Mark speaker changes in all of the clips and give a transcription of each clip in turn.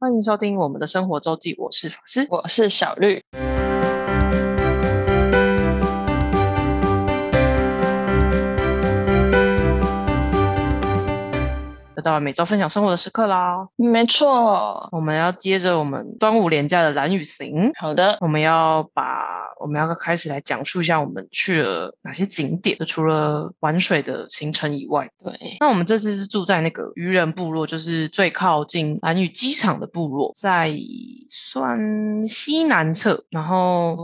Speaker 1: 欢迎收听我们的生活周记，我是法师。
Speaker 2: 我是小绿。
Speaker 1: 又到了每周分享生活的时刻啦，
Speaker 2: 没错，
Speaker 1: 我们要接着我们端午连假的蓝雨行，
Speaker 2: 好的，
Speaker 1: 我们要把我们要开始来讲述一下我们去了哪些景点，就除了玩水的行程以外，
Speaker 2: 对，
Speaker 1: 那我们这次是住在那个渔人部落，就是最靠近兰屿机场的部落，在算西南侧。然后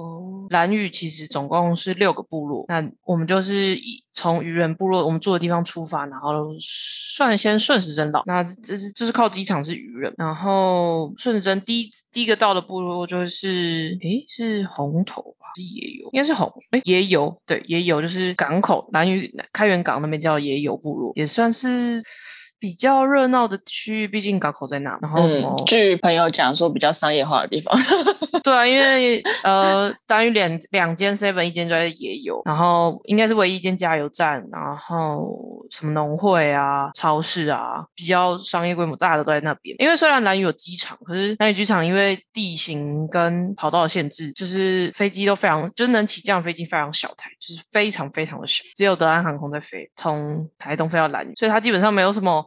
Speaker 1: 兰屿其实总共是六个部落，那我们就是以从渔人部落我们住的地方出发，然后算先顺时针到。那这是就是靠机场是渔人，然后顺时针第一第一个到的部落就是诶是红头吧，是野游，应该是红诶野游对野游就是港口兰屿开元港那边叫野游部落，也算是比较热闹的区域，毕竟港口在那。然后什么、
Speaker 2: 嗯，据朋友讲说比较商业化的地方，
Speaker 1: 对啊，因为呃，单于两两间 seven，一间就在野游，然后应该是唯一一间加油站，然后什么农会啊、超市啊，比较商业规模大的都在那边。因为虽然兰屿有机场，可是兰屿机场因为地形跟跑道的限制，就是飞机都非常，就是能起降的飞机非常小台，就是非常非常的小，只有德安航空在飞，从台东飞到兰屿，所以它基本上没有什么。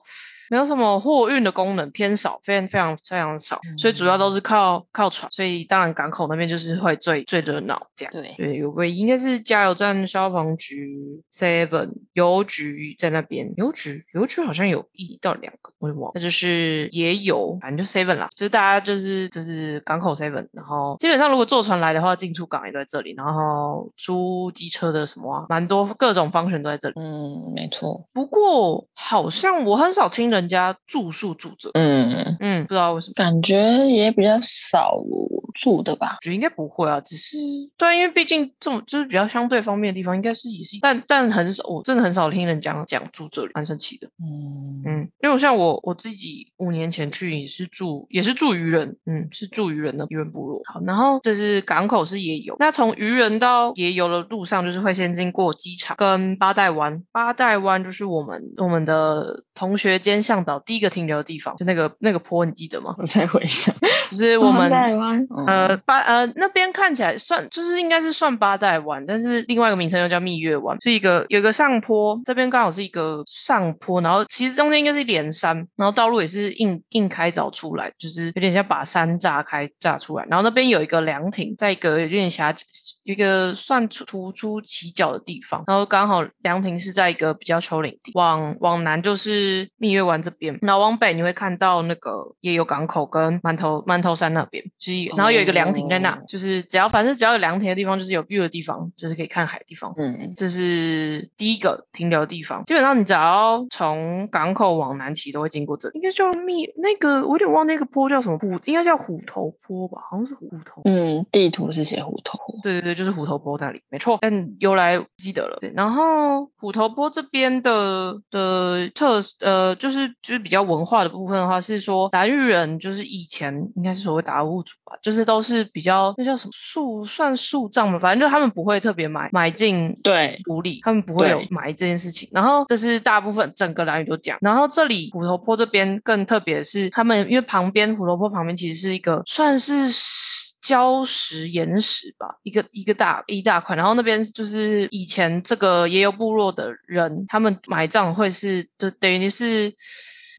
Speaker 1: 没有什么货运的功能，偏少，非常非常非常少，所以主要都是靠靠船，所以当然港口那边就是会最最热闹这样。
Speaker 2: 对，
Speaker 1: 对，有个应该是加油站、消防局、Seven 邮局在那边，邮局邮局好像有一到两个，我也忘了，那就是也有，反正就 Seven 啦，就是大家就是就是港口 Seven，然后基本上如果坐船来的话，进出港也都在这里，然后租机车的什么啊，蛮多各种方选都在这里。
Speaker 2: 嗯，没错，
Speaker 1: 不过好像我很少听人家住宿住着，
Speaker 2: 嗯，
Speaker 1: 嗯，不知道为什么。
Speaker 2: 感觉也比较少住的吧，
Speaker 1: 觉得应该不会啊，只是对啊，因为毕竟这种就是比较相对方便的地方，应该是也是，但但很少，我真的很少听人讲讲住这里，蛮神奇的。
Speaker 2: 嗯
Speaker 1: 嗯，因为我像我我自己五年前去也是住也是住渔人，嗯，是住渔人的渔人部落。好，然后这是港口是野游，那从渔人到野游的路上，就是会先经过机场跟八代湾，八代湾就是我们我们的同学兼向导第一个停留的地方，就那个那个坡，你记得吗？
Speaker 2: 我再回 想，
Speaker 1: 就是我们
Speaker 2: 台湾，嗯
Speaker 1: 呃，八呃那边看起来算就是应该是算八代湾，但是另外一个名称又叫蜜月湾，是一个有一个上坡，这边刚好是一个上坡，然后其实中间应该是一连山，然后道路也是硬硬开凿出来，就是有点像把山炸开炸出来，然后那边有一个凉亭，在一个有点狭一个算突突出起角的地方，然后刚好凉亭是在一个比较丘陵地，往往南就是蜜月湾这边，然后往北你会看到那个也有港口跟馒头馒头山那边，就是然后有一个凉亭在那，
Speaker 2: 哦
Speaker 1: 就是只要反正只要有凉亭的地方，就是有 view 的地方，就是可以看海的地方。
Speaker 2: 嗯，
Speaker 1: 这是第一个停留的地方，基本上你只要从港口往南骑都会经过这里，应该叫密那个，我有点忘那个坡叫什么虎，应该叫虎头坡吧，好像是虎头。
Speaker 2: 嗯，地图是写虎头，
Speaker 1: 对对对，就是虎头坡那里，没错。但由来不记得了。对，然后虎头坡这边的的特色呃，就是就是比较文化的部分的话，是说达悟人就是以前应该是所谓达悟族吧，就是都是比较那叫什么树算树葬嘛，反正就他们不会特别买买进
Speaker 2: 对，
Speaker 1: 土里，他们不会有
Speaker 2: 对
Speaker 1: 埋这件事情。然后这是大部分整个蓝屿都讲。然后这里虎头坡这边更特别的是，他们因为旁边虎头坡旁边其实是一个算是石礁石岩石吧，一个一个大一大块。然后那边就是以前这个也有部落的人，他们埋葬会是就等于是。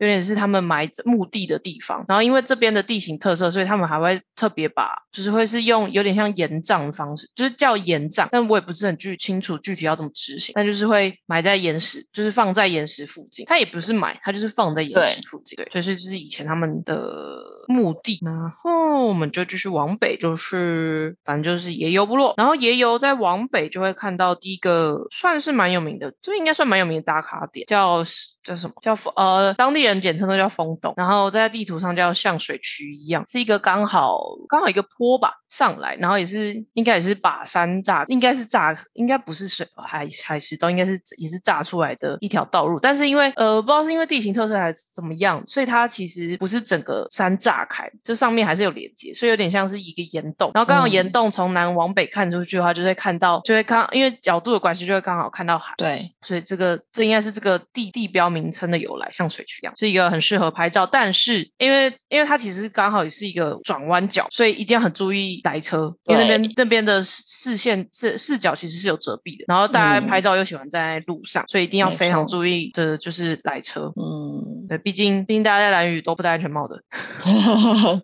Speaker 1: 有点是他们埋墓地的地方，然后因为这边的地形特色，所以他们还会特别把，就是会是用有点像岩葬的方式，就是叫岩葬，但我也不是很具清楚具体要怎么执行，但就是会埋在岩石，就是放在岩石附近，它也不是埋，它就是放在岩石附近，对，所以是就是以前他们的墓地。然后我们就继续往北，就是反正就是野游部落，然后野游再往北就会看到第一个算是蛮有名的，这应该算蛮有名的打卡点，叫叫什么叫风呃，当地人简称都叫风洞，然后在地图上叫像水渠一样，是一个刚好刚好一个坡吧上来，然后也是应该也是把山炸，应该是炸，应该不是水哦海海石洞，应该是也是炸出来的一条道路，但是因为呃不知道是因为地形特色还是怎么样，所以它其实不是整个山炸炸开，就上面还是有连接，所以有点像是一个岩洞。然后刚好岩
Speaker 2: 嗯
Speaker 1: 洞从南往北看出去的话，就会看到，就会看，因为角度的关系，就会刚好看到海。
Speaker 2: 对，
Speaker 1: 所以这个这应该是这个地地标名称的由来，像水渠一样，是一个很适合拍照。但是因为因为它其实刚好也是一个转弯角，所以一定要很注意来车，因为那边那边的视视线视视角其实是有遮蔽的。然后大家
Speaker 2: 嗯
Speaker 1: 拍照又喜欢站在路上，所以一定要
Speaker 2: 没
Speaker 1: 非常
Speaker 2: 错
Speaker 1: 注意的就是来车。
Speaker 2: 嗯，
Speaker 1: 对，毕竟毕竟大家在蓝雨都不戴安全帽的，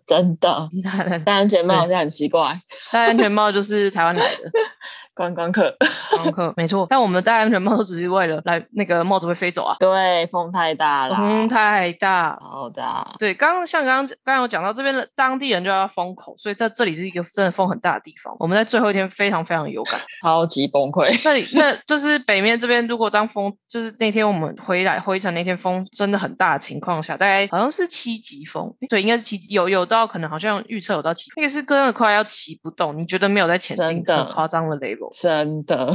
Speaker 2: 真的。
Speaker 1: 大家戴
Speaker 2: 戴安全帽
Speaker 1: 对
Speaker 2: 好像很奇怪，
Speaker 1: 戴安全帽就是台湾来的
Speaker 2: 观光客
Speaker 1: 常客，没错。但我们戴安全帽都只是为了来那个帽子会飞走啊，
Speaker 2: 对风太大了，
Speaker 1: 风太大，
Speaker 2: 好的，啊
Speaker 1: 对，刚刚像刚刚刚有讲到这边的当地人就要封口，所以在这里是一个真的风很大的地方。我们在最后一天非常非常有感。
Speaker 2: 超级崩溃，
Speaker 1: 那里那就是北面这边，如果当风就是那天我们回来回程那天风真的很大的情况下，大概好像是七级风，对，应该是七级有有到可能好像预测有到七，那个是真的快要骑不动，你觉得没有在前进，
Speaker 2: 真的
Speaker 1: 很夸张的 level，
Speaker 2: 真的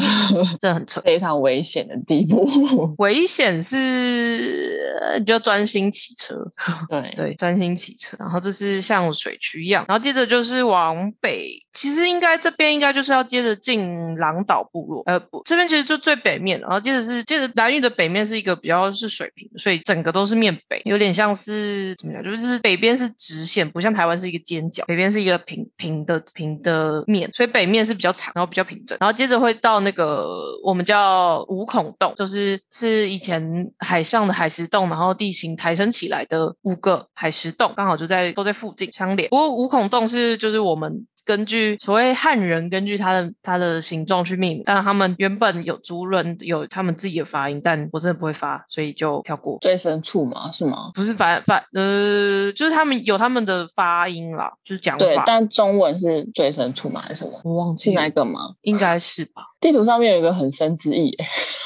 Speaker 1: 真的很扯。
Speaker 2: 非常危险的地 步。
Speaker 1: 危险是呃你就专心骑车，
Speaker 2: 对，
Speaker 1: 对，专心骑车，然后这是像水区一样，然后接着就是往北，其实应该这边应该就是要接着进狼岛部落，呃，不，这边其实就最北面，然后接着是接着蓝屿的北面是一个比较是水平，所以整个都是面北，有点像是怎么讲，就是北边是直线，不像台湾是一个尖角，北边是一个平平的平的面，所以北面是比较长，然后比较平整，然后接着会到那个我们叫五孔洞，就是是以前海上的海石洞，然后地形抬升起来的五个海石洞，刚好就在都在附近相连。不过五孔洞是就是我们。根据所谓汉人根据他的他的形状去命名，但他们原本有族人有他们自己的发音，但我真的不会发，所以就跳过。
Speaker 2: 最深处嘛，是吗？
Speaker 1: 不是反反呃，就是他们有他们的发音啦，就是讲
Speaker 2: 对，
Speaker 1: 法。
Speaker 2: 但中文是最深处吗？还是什么？
Speaker 1: 我忘
Speaker 2: 是
Speaker 1: 记
Speaker 2: 哪
Speaker 1: 了
Speaker 2: 一，个吗？
Speaker 1: 应该是吧，
Speaker 2: 地图上面有一个很深之意，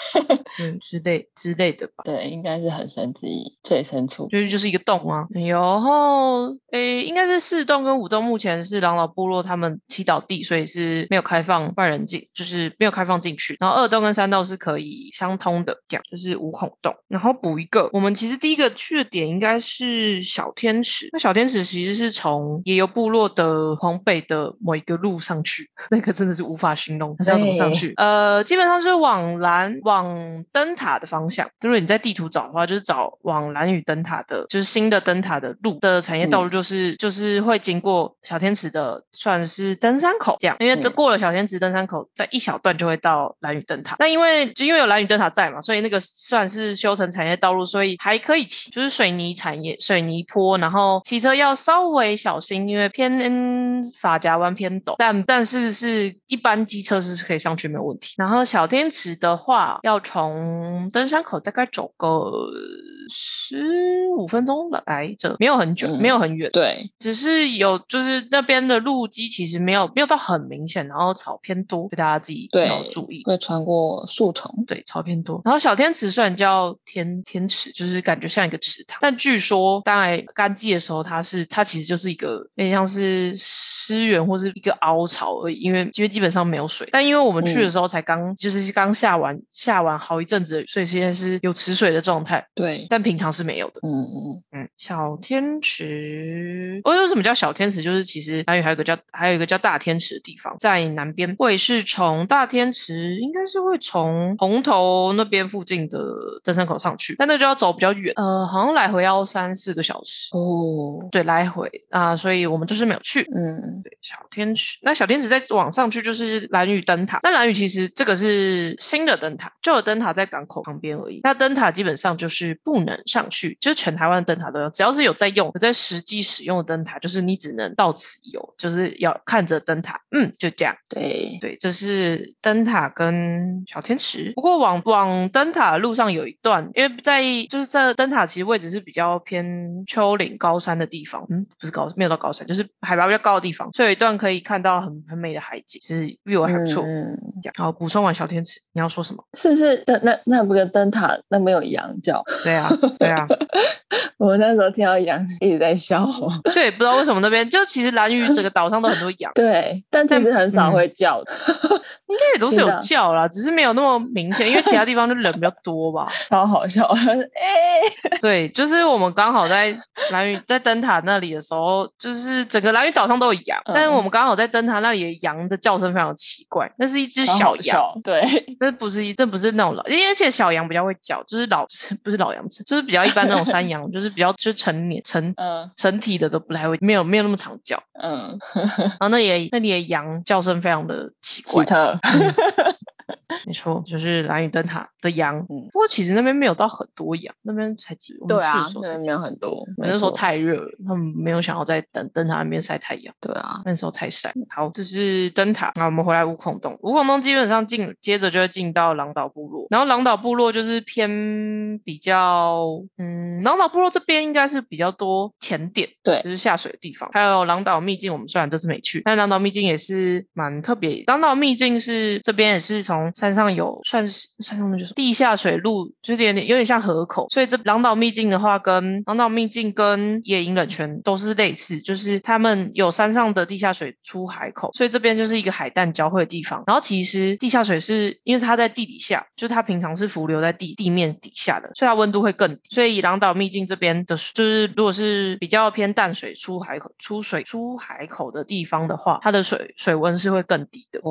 Speaker 1: 嗯之类之类的吧。
Speaker 2: 对，应该是很深之意，最深处。
Speaker 1: 就是就是一个洞啊，然后诶，应该是四洞跟五洞目前是朗老部落他们祈祷地，所以是没有开放外人进，就是没有开放进去。然后二洞跟三洞是可以相通的，这样这是五孔洞。然后补一个，我们其实第一个去的点应该是小天使，那小天使其实是从野游部落的往北的某一个路上去， 那个真的是无法形容，它是要怎么上
Speaker 2: 对
Speaker 1: 去？呃，基本上是往蓝往灯塔的方向。如果你在地图找的话，就是找往蓝与灯塔的，就是新的灯塔的路的产业道路，就是、就是会经过小天池的，算是登山口这样。因为这
Speaker 2: 嗯
Speaker 1: 过了小天池登山口，在一小段就会到蓝屿灯塔。那因为就因为有蓝屿灯塔在嘛，所以那个算是修成产业道路，所以还可以骑，就是水泥产业水泥坡，然后骑车要稍微小心，因为偏嗯发夹弯偏陡，但但是是一般机车是可以上去没有问题。然后小天池的话，要从登山口大概走个十五分钟来着，没有很久，没有很远。
Speaker 2: 对，
Speaker 1: 只是有就是那边的路基其实没有没有到很明显，然后草偏多，所以大家自己
Speaker 2: 对
Speaker 1: 要注意。
Speaker 2: 会穿过树丛，
Speaker 1: 对，草偏多。然后小天池虽然叫天天池，就是感觉像一个池塘，但据说当然干季的时候，它是它其实就是一个有点像是湿原或是一个凹槽而已，因为因为基本上没有水。但因为我们去
Speaker 2: 嗯
Speaker 1: 的时候才刚、就是刚下完下完好一阵子的雨，所以现在是有池水的状态，
Speaker 2: 对，
Speaker 1: 但平常是没有的。
Speaker 2: 嗯嗯，
Speaker 1: 嗯，小天池，哦，为什么叫小天池？就是其实还有还有一个叫还有一个叫大天池的地方，在南边会是从大天池，应该是会从红头那边附近的登山口上去，但那就要走比较远，呃，好像来回要三四个小时。
Speaker 2: 哦，
Speaker 1: 对，来回啊、所以我们就是没有去。
Speaker 2: 嗯，
Speaker 1: 对，小天池。那小天池再往上去就是蓝屿灯塔。那蓝屿其实这个是新的灯塔，旧的灯塔在港口旁边而已。那灯塔基本上就是不能上去，就是全台湾的灯塔都要，只要是有在用、有在实际使用的灯塔，就是你只能到此一游，就是要看着灯塔，嗯，就这样。
Speaker 2: 对，
Speaker 1: 对，这是灯塔跟小天池。不过往往灯塔的路上有一段，因为在就是这灯塔其实位置是比较偏丘陵高山的地方，嗯，不是高，没有到高山，就是海拔比较高的地方，所以有一段可以看到很很美的海景，其实 view 还不错。
Speaker 2: 嗯嗯
Speaker 1: 这样好，补充完小天池，你要说什么？
Speaker 2: 是不是？那那那不跟灯塔那没有羊叫？
Speaker 1: 对啊，对啊，
Speaker 2: 我那时候听到羊一直在笑， ，
Speaker 1: 就也不知道为什么那边就其实蓝屿整个岛上都很多羊
Speaker 2: 对，但其
Speaker 1: 但
Speaker 2: 实很少
Speaker 1: 嗯
Speaker 2: 会叫的，
Speaker 1: 应该也都是
Speaker 2: 真
Speaker 1: 有
Speaker 2: 的啊
Speaker 1: 叫啦，只是没有那么明显，因为其他地方就人比较多吧。
Speaker 2: 超好笑。 哎、
Speaker 1: 对，就是我们刚好在蓝屿在灯塔那里的时候，就是整个蓝屿岛上都有
Speaker 2: 嗯
Speaker 1: 羊，但是我们刚好在灯塔那里的羊的叫声非常奇怪，那是一只
Speaker 2: 超
Speaker 1: 小
Speaker 2: 好
Speaker 1: 羊，
Speaker 2: 笑，对，
Speaker 1: 那不是一，这不是那种老，因为而且小羊比较会叫，就是老不是老羊，就是比较一般那种山羊，就是比较就是成年成
Speaker 2: 嗯
Speaker 1: 成体的都不太会，没有没有那么常叫。
Speaker 2: 嗯，
Speaker 1: 然后那里的那里的羊叫声非常的奇
Speaker 2: 奇
Speaker 1: 怪，
Speaker 2: 特，
Speaker 1: 没错，就是蓝屿灯塔的羊。
Speaker 2: 嗯
Speaker 1: 不过其实那边没有到很多羊，那边才几，我们
Speaker 2: 对
Speaker 1: 去
Speaker 2: 啊
Speaker 1: 的时，候才
Speaker 2: 对，
Speaker 1: 几
Speaker 2: 没有很多，
Speaker 1: 我那
Speaker 2: 没
Speaker 1: 时候
Speaker 2: 错
Speaker 1: 太热了，他们没有想要在灯灯塔那边晒太阳，
Speaker 2: 对啊，
Speaker 1: 那时候太晒。好，这是灯塔。那我们回来五孔洞，五孔洞基本上进接着就会进到狼岛部落，然后狼岛部落就是偏比较，嗯，狼岛部落这边应该是比较多潜点，
Speaker 2: 对
Speaker 1: 就是下水的地方。还有狼岛秘境，我们虽然这次没去，但狼岛秘境也是蛮特别。狼岛秘境是这边也是从山上有算是山上那就是地下水路，就是有点有点像河口，所以这狼岛秘境的话跟，狼岛秘境跟野营冷泉都是类似，就是他们有山上的地下水出海口，所以这边就是一个海淡交汇的地方。然后其实地下水是因为它在地底下，就是它平常是浮留在地地面底下的，所以它温度会更低。所以狼岛秘境这边的水，就是如果是比较偏淡水出海口、出水出海口的地方的话，它的水水温是会更低的。
Speaker 2: 哦，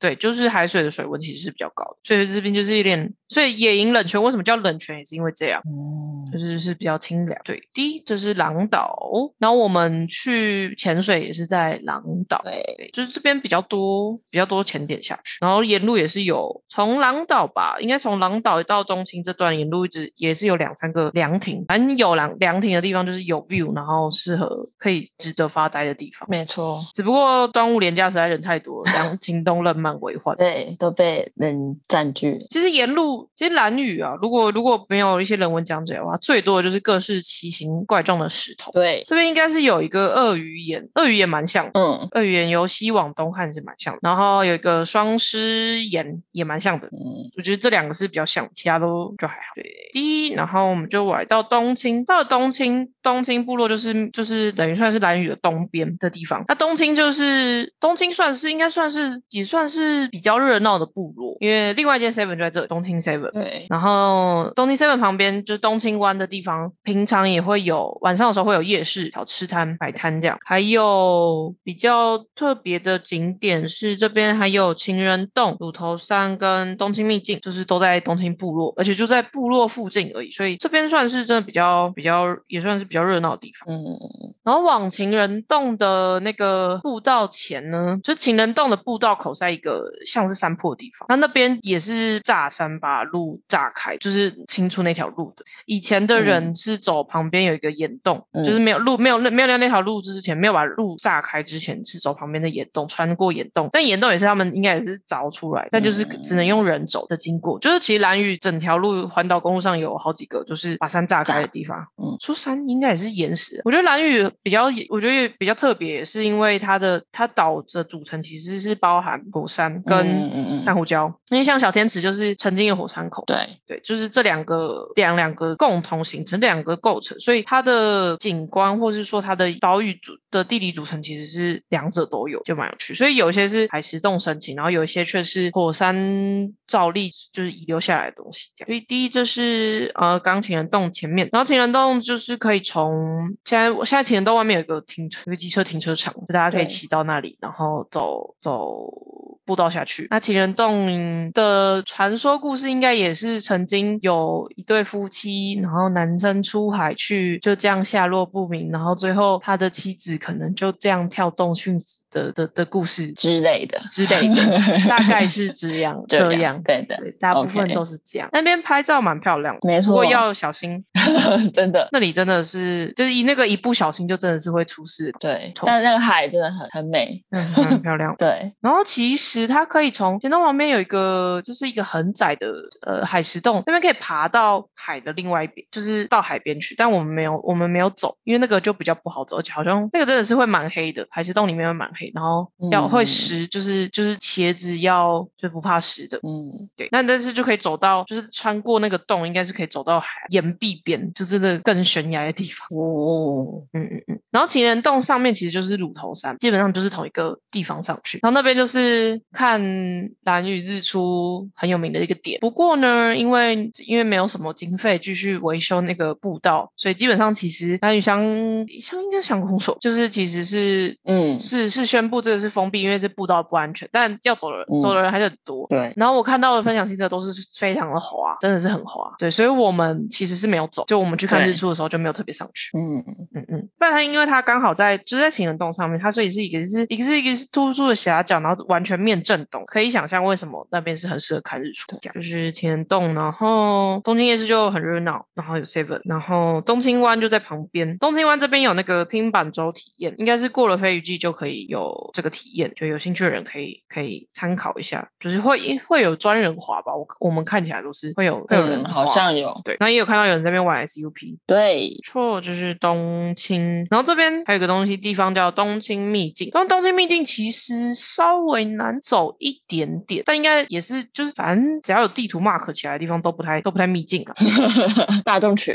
Speaker 1: 对，就是海水的水温其实是比较高的，所以这边就是有点，所以野营冷泉为什么叫冷泉，也是因为这样。
Speaker 2: 嗯，
Speaker 1: 就是是比较清凉。对，第一就是狼岛，然后我们去潜水也是在狼岛，
Speaker 2: 对，
Speaker 1: 对，就是这边比较多比较多潜点下去，然后沿路也是有从狼岛吧，应该从狼岛到东青这段沿路一直也是有两三个凉亭，反正有凉凉亭的地方就是有 view，然后适合可以值得发呆的地方。
Speaker 2: 没错，
Speaker 1: 只不过端午连假实在人太多了，凉亭都人满为患。
Speaker 2: 对，都被人占据了，
Speaker 1: 其实沿路，其实蓝屿啊，如果如果没有一些人文讲解的话，最多的就是各式奇形怪状的石头。
Speaker 2: 对，
Speaker 1: 这边应该是有一个鳄鱼岩，鳄鱼岩蛮像的。
Speaker 2: 嗯
Speaker 1: 鳄鱼岩由西往东看是蛮像的，然后有一个双狮岩也蛮像的。
Speaker 2: 嗯，
Speaker 1: 我觉得这两个是比较像，其他都就还好。对，第一，然后我们就来到东青，到了东青，东青部落就是就是等于算是兰屿的东边的地方。那东青就是东青，算是应该算是也算是比较热闹的部落，因为另外一间 Seven 就在这里，东青 Seven。
Speaker 2: 对，
Speaker 1: 然后东京 seven 旁边就是东青湾的地方，平常也会有晚上的时候会有夜市、小吃摊、摆摊这样。还有比较特别的景点是这边还有情人洞、乳头山跟东青秘境，就是都在东青部落，而且就在部落附近而已，所以这边算是真的比较比较也算是比较热闹的地方。
Speaker 2: 嗯，
Speaker 1: 然后往情人洞的那个步道前呢，就情人洞的步道口在一个像是山坡的地方，那那边也是炸山把路炸开，就是清出那条路的。以前的人
Speaker 2: 嗯
Speaker 1: 是走旁边有一个岩洞，
Speaker 2: 嗯
Speaker 1: 就是没有路，没有那没有那那条路之前，没有把路炸开之前是走旁边的岩洞，穿过岩洞，但岩洞也是他们应该也是凿出来，但就是
Speaker 2: 嗯
Speaker 1: 只能用人走的经过。就是其实兰屿整条路环岛公路上有好几个就是把山炸开的地方，说山应该也是岩石。啊我觉得蓝屿比较，我觉得也比较特别，也是因为它的它岛的组成其实是包含火山跟
Speaker 2: 嗯嗯
Speaker 1: 珊
Speaker 2: 嗯，
Speaker 1: 瑚礁，因为像小天池就是曾经有火山口，
Speaker 2: 对，
Speaker 1: 对，就是这两个两两个共同形成两个构成，所以它的景观或是说它的岛屿组的地理组成其实是两者都有，就蛮有趣。所以有一些是海蚀洞神情，然后有一些却是火山照例就是遗留下来的东西。这样所以第一这是呃刚情人洞前面，然后情人洞就是可以从现在现在情人洞外面有一个停车有一个机车停车场，就大家可以
Speaker 2: 对
Speaker 1: 骑到那里，然后走走步道下去。那情人洞的传说故事应该也是曾经有一对夫妻，然后男生出海去，就这样下落不明，然后最后他的妻子可能就这样跳洞殉死的的的故事
Speaker 2: 之类的，
Speaker 1: 之类 的，大概是这样这样。
Speaker 2: 对的，
Speaker 1: 对，大部分
Speaker 2: OK
Speaker 1: 都是这样。那边拍照蛮漂亮的，
Speaker 2: 没
Speaker 1: 不
Speaker 2: 错
Speaker 1: 过，要小心，
Speaker 2: 真的，
Speaker 1: 那里真的是就是一那个一不小心就真的是会出 事的。
Speaker 2: 对，
Speaker 1: 丑
Speaker 2: 但那个海真的很很美，
Speaker 1: 嗯，很漂亮。
Speaker 2: 对，
Speaker 1: 然后其实它可以从田洞旁边有一个，就是一个很窄的呃海石洞，那边可以爬到海的另外一边，就是到海边去。但我们没有，我们没有走，因为那个就比较不好走，而且好像那个真的是会蛮黑的，海石洞里面会蛮黑，然后要会
Speaker 2: 嗯
Speaker 1: 湿，就是就是鞋子要就不怕湿的。
Speaker 2: 嗯，
Speaker 1: 对，那但是就可以走到，就是穿过那个洞，应该是可以走到海岩壁边，就真的更悬崖的地方。
Speaker 2: 哦，
Speaker 1: 嗯嗯嗯，然后情人洞上面其实就是乳头山，基本上就是同一个地方上去，然后那边就是是看蓝雨日出很有名的一个点。不过呢，因为因为没有什么经费继续维修那个步道，所以基本上其实蓝雨乡乡应该是乡公所，就是其实是
Speaker 2: 嗯，
Speaker 1: 是是宣布这个是封闭，因为这步道不安全，但要走的人、
Speaker 2: 嗯
Speaker 1: 走的人还是很多。
Speaker 2: 对，
Speaker 1: 然后我看到的分享心得都是非常的滑，真的是很滑。对，所以我们其实是没有走，就我们去看
Speaker 2: 对
Speaker 1: 日出的时候就没有特别上去。
Speaker 2: 嗯，
Speaker 1: 嗯嗯，不然它因为它刚好在就是在情人洞上面，它所以是一个是一个是一个是突出的峡角，然后完全面正东，可以想象为什么那边是很适合看日出。这样就是情人洞，然后东京夜市就很热闹，然后有 seven，然后东青湾就在旁边。东青湾这边有那个拼板舟体验，应该是过了飞鱼季就可以有这个体验，就有兴趣的人可以可以参考一下，就是会会有专人滑吧，我我们看起来都是会有会有人
Speaker 2: 嗯
Speaker 1: 滑。
Speaker 2: 好像有，
Speaker 1: 对，然后也有看到有人在那边玩 SUP，
Speaker 2: 对，
Speaker 1: 错，就是东青。然后这边还有一个东西地方叫东青秘境，但东青秘境其实稍微难走一点点，但应该也是就是反正只要有地图 mark 起来的地方都不太都不太秘境了。
Speaker 2: 大众曲，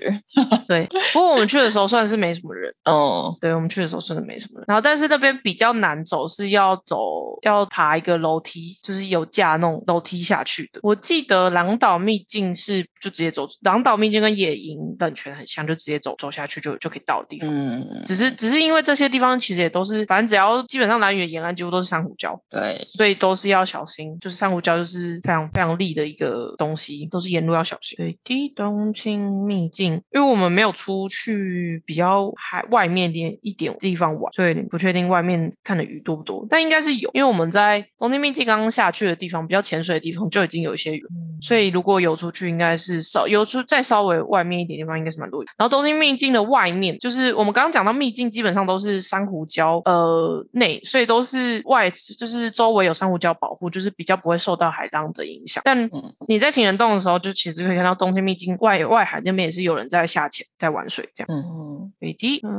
Speaker 1: 对，不过我们去的时候算是没什么人，
Speaker 2: 哦，
Speaker 1: 对我们去的时候真的没什么人。然后但是那边比较难走，是要走要爬一个楼梯，就是有架那种楼梯下去的。我记得狼岛秘境是就直接走，狼岛秘境跟野营冷泉很像，就直接走走下去就就可以到的地方。
Speaker 2: 嗯，
Speaker 1: 只是只是因为这些地方其实也都是，反正只要基本上南屿的沿岸几乎都是珊瑚礁，
Speaker 2: 对，
Speaker 1: 所以都是要小心。就是珊瑚礁就是非常非常利的一个东西，都是沿路要小心。对，地东青秘境，因为我们没有出去比较海外面一点一点地方玩，所以不确定外面看的鱼多不多，但应该是有，因为我们在东青秘境刚刚下去的地方，比较浅水的地方就已经有一些鱼了。所以如果游出去，应该是稍游出再稍微外面一点地方，应该是蛮多鱼。然后东京秘境的外面，就是我们刚刚讲到秘境，基本上都是珊瑚礁呃内，所以都是外，就是周围有珊瑚礁保护，就是比较不会受到海浪的影响。但
Speaker 2: 嗯
Speaker 1: 你在情人洞的时候，就其实可以看到东京秘境外外海那边也是有人在下潜，在玩水这样。
Speaker 2: 嗯，
Speaker 1: 北堤，然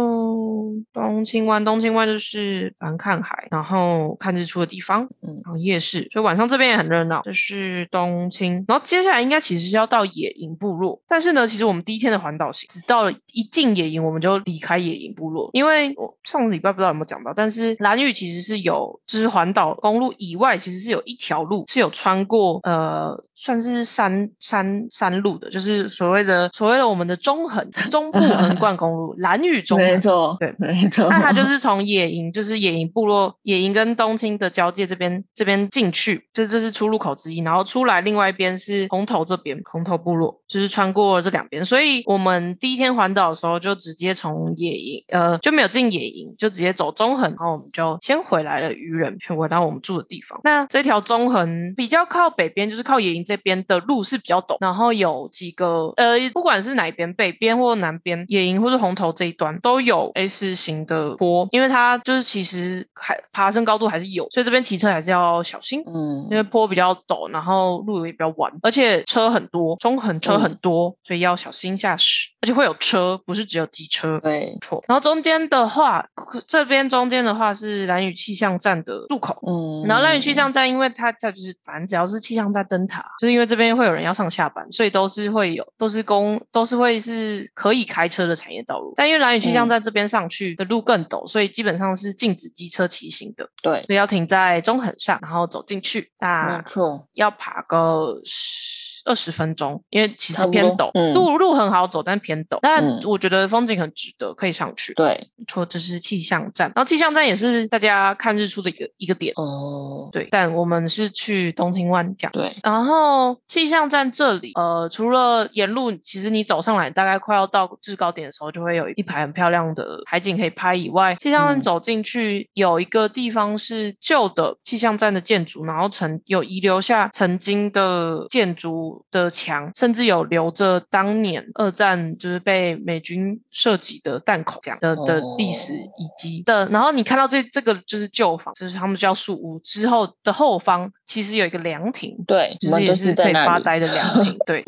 Speaker 1: 后东青湾，东青湾就是反正看海，然后看日出的地方，嗯
Speaker 2: 嗯，
Speaker 1: 然后夜市，所以晚上这边也很热闹。这是东青，然后接下来应该其实是要到野营部落，但是呢，其实我们第一天的环岛行，只到了一进野营，我们就离开野营部落，因为我上个礼拜不知道有没有讲到，但是蓝屿其实是有，就是环岛公路以外，其实是有一条路是有穿过呃，算是山山山路的，就是所谓的所谓的我们的中横中部横贯公路，蓝屿中
Speaker 2: 没
Speaker 1: 横。
Speaker 2: 错，
Speaker 1: 对
Speaker 2: 没错，
Speaker 1: 那它就是从野营，就是野营部落、野营跟东青的交界这边这边进去，就是这是出入口之一。然后出来另外一边是红头这边，红头部落就是穿过这两边。所以我们第一天环岛的时候就直接从野营，呃，就没有进野营，就直接走中横，然后我们就先回来了渔人，全回到我们住的地方。那这条中横比较靠北边，就是靠野营这边的路是比较陡，然后有几个呃，不管是哪一边，北边或南边，野营或是红头这一端都有 S 型的坡，因为它就是其实还爬升高度还是有，所以这边骑车还是要小心。
Speaker 2: 嗯
Speaker 1: 因，为坡比较陡，然后路也比较弯，而且车很多，中横车很多，所以要小心驾驶，而且会有车，不是只有机车。
Speaker 2: 对，
Speaker 1: 错。然后中间的话，这边中间的话是蓝屿气象站的入口。
Speaker 2: 嗯，
Speaker 1: 然后蓝屿气象站，因为它它就是反正只要是气象站灯塔，就是因为这边会有人要上下班，所以都是会有都是公都是会是可以开车的产业道路。但因为蓝屿气
Speaker 2: 嗯
Speaker 1: 象站这边上去的路更陡，所以基本上是禁止机车骑行的，
Speaker 2: 对，
Speaker 1: 所以要停在中横上，然后走进去。那
Speaker 2: 没错，
Speaker 1: 要爬个十二十分钟，因为其
Speaker 2: 差
Speaker 1: 实
Speaker 2: 不
Speaker 1: 偏
Speaker 2: 多
Speaker 1: 陡，
Speaker 2: 嗯
Speaker 1: 路路很好走，但偏陡。但
Speaker 2: 嗯
Speaker 1: 我觉得风景很值得，可以上去。
Speaker 2: 对，
Speaker 1: 错，这是气象站，然后气象站也是大家看日出的一个一个点。
Speaker 2: 哦，
Speaker 1: 对，但我们是去东青湾讲。
Speaker 2: 对，
Speaker 1: 然后气象站这里，呃，除了沿路，其实你走上来，大概快要到制高点的时候，就会有一排很漂亮的海景可以拍以外，气象站
Speaker 2: 嗯
Speaker 1: 走进去有一个地方是旧的气象站的建筑，然后曾有遗留下曾经的建筑的墙，甚至有留着当年二战就是被美军射击的弹孔这样的的历史
Speaker 2: 哦
Speaker 1: 以及的，然后你看到这这个就是旧房，就是他们叫树屋之后的后方，其实有一个凉亭，
Speaker 2: 对，
Speaker 1: 就
Speaker 2: 我
Speaker 1: 是
Speaker 2: 们
Speaker 1: 也
Speaker 2: 就是
Speaker 1: 可
Speaker 2: 在
Speaker 1: 以
Speaker 2: 那
Speaker 1: 发
Speaker 2: 里，
Speaker 1: 呆的凉亭，对，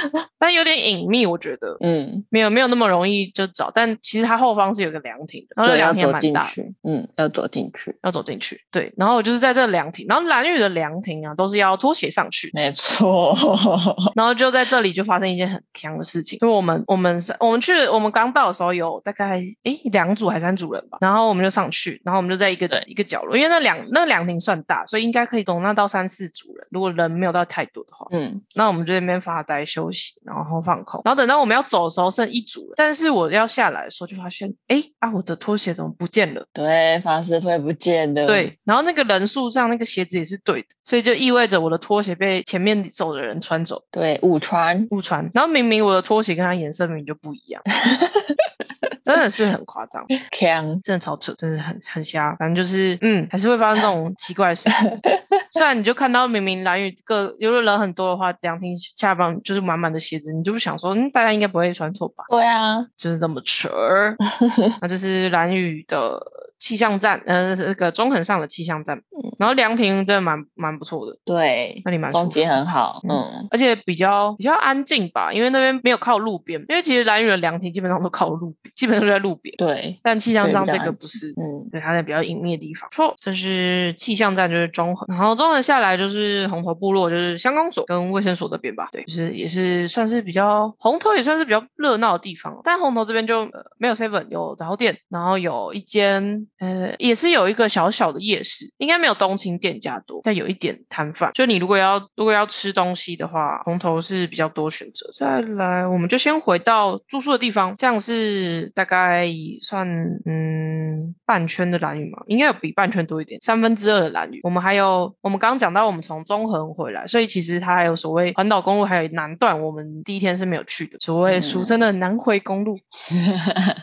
Speaker 1: 但有点隐秘，我觉得
Speaker 2: 嗯，
Speaker 1: 没有没有那么容易就找，但其实它后方是有个凉亭，亭的，然后那凉
Speaker 2: 要
Speaker 1: 亭也
Speaker 2: 走
Speaker 1: 蛮
Speaker 2: 进
Speaker 1: 大的。
Speaker 2: 去，嗯，要走进去，
Speaker 1: 要走进去，对，然后我就是在这凉亭，然后蓝屿的凉亭啊，都是要拖鞋上去，
Speaker 2: 没错，
Speaker 1: 然后就在这里就发生一件很强的事情，因为我们我们是我们去我们刚到的时候有大概诶两组还三组人吧，然后我们就上去，然后我们就在一个
Speaker 2: 对
Speaker 1: 一个角落，因为那两那两亭算大，所以应该可以容纳到三四组人，如果人没有到太多的话，
Speaker 2: 嗯，
Speaker 1: 那我们就在那边发呆休息，然后放空，然后等到我们要走的时候剩一组人，但是我要下来的时候就发现诶啊我的拖鞋怎么不见了？
Speaker 2: 对，法师推不见的，
Speaker 1: 对，然后那个人数上那个鞋子也是对的，所以就意味着我的拖鞋被前面走的人穿走
Speaker 2: 对，误传，
Speaker 1: 误穿。然后明明我的拖鞋跟他颜色明明就不一样，真的是很夸张，
Speaker 2: 强，
Speaker 1: 真的超扯，真的很很瞎。反正就是嗯，还是会发生这种奇怪的事 情。虽然你就看到明明蓝雨各如果人很多的话，凉亭下方就是满满的鞋子，你就不想说，嗯，大家应该不会穿错吧？
Speaker 2: 对啊，
Speaker 1: 就是这么扯 儿。那就是蓝雨的气象站，呃，是那个中横上的气象站。
Speaker 2: 嗯
Speaker 1: 然后凉亭真的蛮蛮不错的，
Speaker 2: 对，
Speaker 1: 那里蛮舒服
Speaker 2: 风景，很好，
Speaker 1: 嗯
Speaker 2: 嗯，
Speaker 1: 而且比较比较安静吧，因为那边没有靠路边，因为其实蓝雨的凉亭基本上都靠路边，基本上都在路边。
Speaker 2: 对，
Speaker 1: 但气象
Speaker 2: 对
Speaker 1: 站
Speaker 2: 比较
Speaker 1: 这个
Speaker 2: 安
Speaker 1: 不是，
Speaker 2: 嗯，
Speaker 1: 对，它在比较隐秘的地方。错，这是气象站，就是中横，然后中横下来就是红头部落，就是乡公所跟卫生所那边吧。对，就是也是算是比较红头也算是比较热闹的地方，哦但红头这边就、呃、没有 seven，有杂货店，然后有一间呃也是有一个小小的夜市，应该没有东青店家多，但有一点摊贩。就你如果要如果要吃东西的话，红头是比较多选择。再来，我们就先回到住宿的地方，这样是大概算嗯半圈的蓝雨嘛，应该有比半圈多一点，三分之二的蓝雨。我们还有我们刚刚讲到我们从中横回来，所以其实它还有所谓环岛公路，还有南段，我们第一天是没有去的，所谓俗称的南回公路。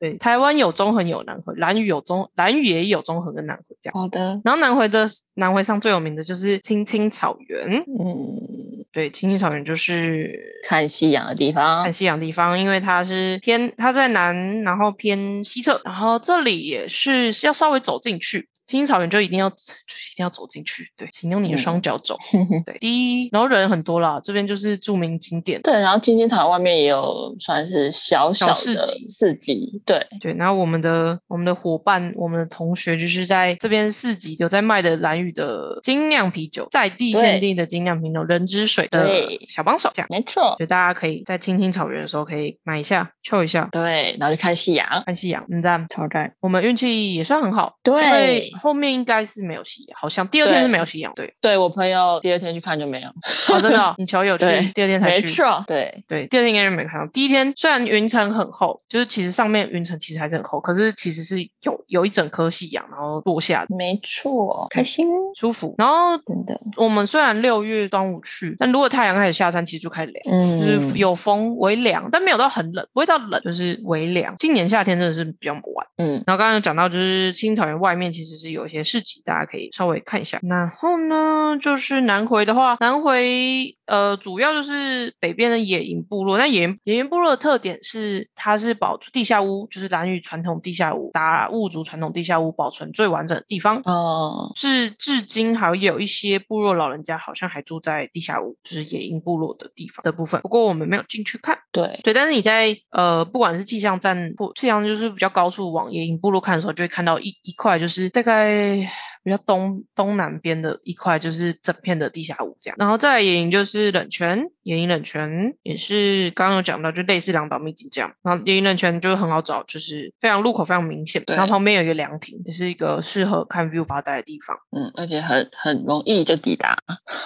Speaker 1: 对，台湾有中横有南回，蓝屿有中蓝屿也有中横跟南回这样。
Speaker 2: 好的，
Speaker 1: 然后南回的南回上最有名的就是青青草原，
Speaker 2: 嗯，
Speaker 1: 对，青青草原就是
Speaker 2: 看夕阳的地方
Speaker 1: 看，夕阳的地方，因为它是偏它在南，然后偏西侧，然后这里也是要稍微走进去。青青草原就一定要，就是一定要走进去，对，请用你的
Speaker 2: 嗯
Speaker 1: 双脚走。对，第一，然后人很多啦，这边就是著名景点，
Speaker 2: 对，然后金金草外面也有算是小
Speaker 1: 小
Speaker 2: 小
Speaker 1: 市
Speaker 2: 的
Speaker 1: 集
Speaker 2: 市集，对，
Speaker 1: 对，然后我们的我们的伙伴、我们的同学，就是在这边市集有在卖的蓝屿的精酿啤酒，在地限
Speaker 2: 对
Speaker 1: 定的精酿啤酒，人之水的
Speaker 2: 对
Speaker 1: 小帮手，这样，
Speaker 2: 没错
Speaker 1: 所，以大家可以在青青草原的时候可以买一下、抽一下，
Speaker 2: 对，然后就看夕阳，
Speaker 1: 看夕阳。嗯，这样
Speaker 2: 超赞，
Speaker 1: 我们运气也算很好，因为
Speaker 2: 对，
Speaker 1: 后面应该是没有夕阳，好像第二天是
Speaker 2: 对
Speaker 1: 没有夕阳，对，
Speaker 2: 对我朋友第二天去看就没有，
Speaker 1: 哦，真的 哦、你球友去
Speaker 2: 对，
Speaker 1: 第二天才
Speaker 2: 没
Speaker 1: 去，
Speaker 2: 错，对，
Speaker 1: 对，第二天应该就没看到。第一天虽然云层很厚，就是其实上面云层其实还是很厚，可是其实是有有一整颗夕阳，然后落下的
Speaker 2: 没错，开心，
Speaker 1: 舒服。然后
Speaker 2: 真的，
Speaker 1: 我们虽然六月端午去，但如果太阳开始下山，其实就开始凉。就是
Speaker 2: 嗯
Speaker 1: 有风微凉，但没有到很冷，不会到冷，就是微凉。今年夏天真的是比较晚。
Speaker 2: 嗯，
Speaker 1: 然后刚刚有讲到，就是青草原外面其实是有一些市集，大家可以稍微看一下。然后呢，就是南回的话，南回呃主要就是北边的野营部落。那野营野营部落的特点是，它是保地下屋，就是兰屿传统地下屋、达悟族传统地下屋保存最完整的地方。
Speaker 2: 哦，
Speaker 1: 至至今还有一些部落老人家好像还住在地下屋，就是野营部落的地方的部分。不过我们没有进去看。
Speaker 2: 对，
Speaker 1: 对，但是你在呃，不管是气象站或气象就是比较高处往野营部落看的时候，就会看到一一块就是大概比较东东南边的一块，就是整片的地下屋这样。然后再来野营就是冷泉，野营冷泉也是刚刚有讲到，就类似两岛秘境这样。然后野营冷泉就很好找，就是非常入口非常明显，然后
Speaker 2: 对
Speaker 1: 旁边有一个凉亭，也是一个适合看 view 发呆的地方。
Speaker 2: 嗯，而且很很容易就抵达，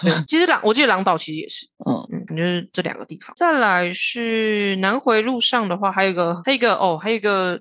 Speaker 1: 对，其实狼我记得狼岛其实也是，
Speaker 2: 嗯
Speaker 1: 嗯，就是这两个地方。再来是南回路上的话，还有一个，还有一个哦，还有一个，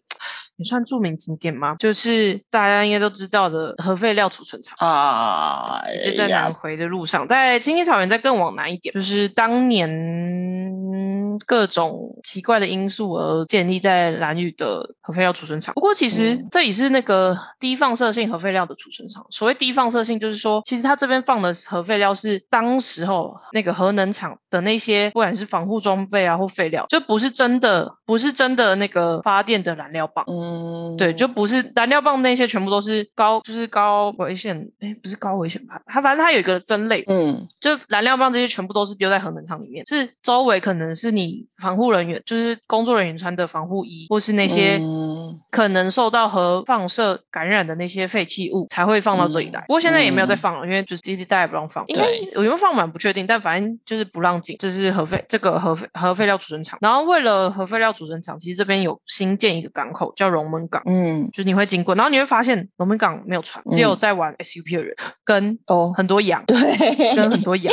Speaker 1: 也算著名景点吗？就是大家应该都知道的核废料储存厂。
Speaker 2: 啊，
Speaker 1: 就在南
Speaker 2: 呀
Speaker 1: 回的路上，在青青草原再更往南一点，哎就是当年各种奇怪的因素而建立在蓝屿的核废料储存厂。不过，其实
Speaker 2: 嗯
Speaker 1: 这里是那个低放射性核废料的储存厂。所谓低放射性，就是说，其实它这边放的核废料是当时候那个核能厂的那些，不管是防护装备啊或废料，就不是真的，不是真的那个发电的燃料棒。
Speaker 2: 嗯，
Speaker 1: 对，就不是燃料棒那些，全部都是高，就是高危险，哎，不是高危险吧？它反正它有一个分类，
Speaker 2: 嗯，
Speaker 1: 就是燃料棒这些全部都是丢在核能厂里面，是周围可能是你你防护人员，就是工作人员穿的防护衣，或是那些
Speaker 2: 嗯
Speaker 1: 可能受到核放射感染的那些废弃物才会放到这里来。
Speaker 2: 嗯
Speaker 1: 不过现在也没有在
Speaker 2: 嗯
Speaker 1: 放了，因为就是滴滴大家也不让放，应该
Speaker 2: 对
Speaker 1: 有没有放满不确定，但反正就是不让进，这是核废这个核废核废料储存厂。然后为了核废料储存厂，其实这边有新建一个港口叫龙门港。
Speaker 2: 嗯
Speaker 1: 就是你会经过，然后你会发现龙门港没有船，只有
Speaker 2: 嗯
Speaker 1: 在玩 SUP 的人跟
Speaker 2: 哦，
Speaker 1: 很多羊，
Speaker 2: 对，
Speaker 1: 跟很多羊。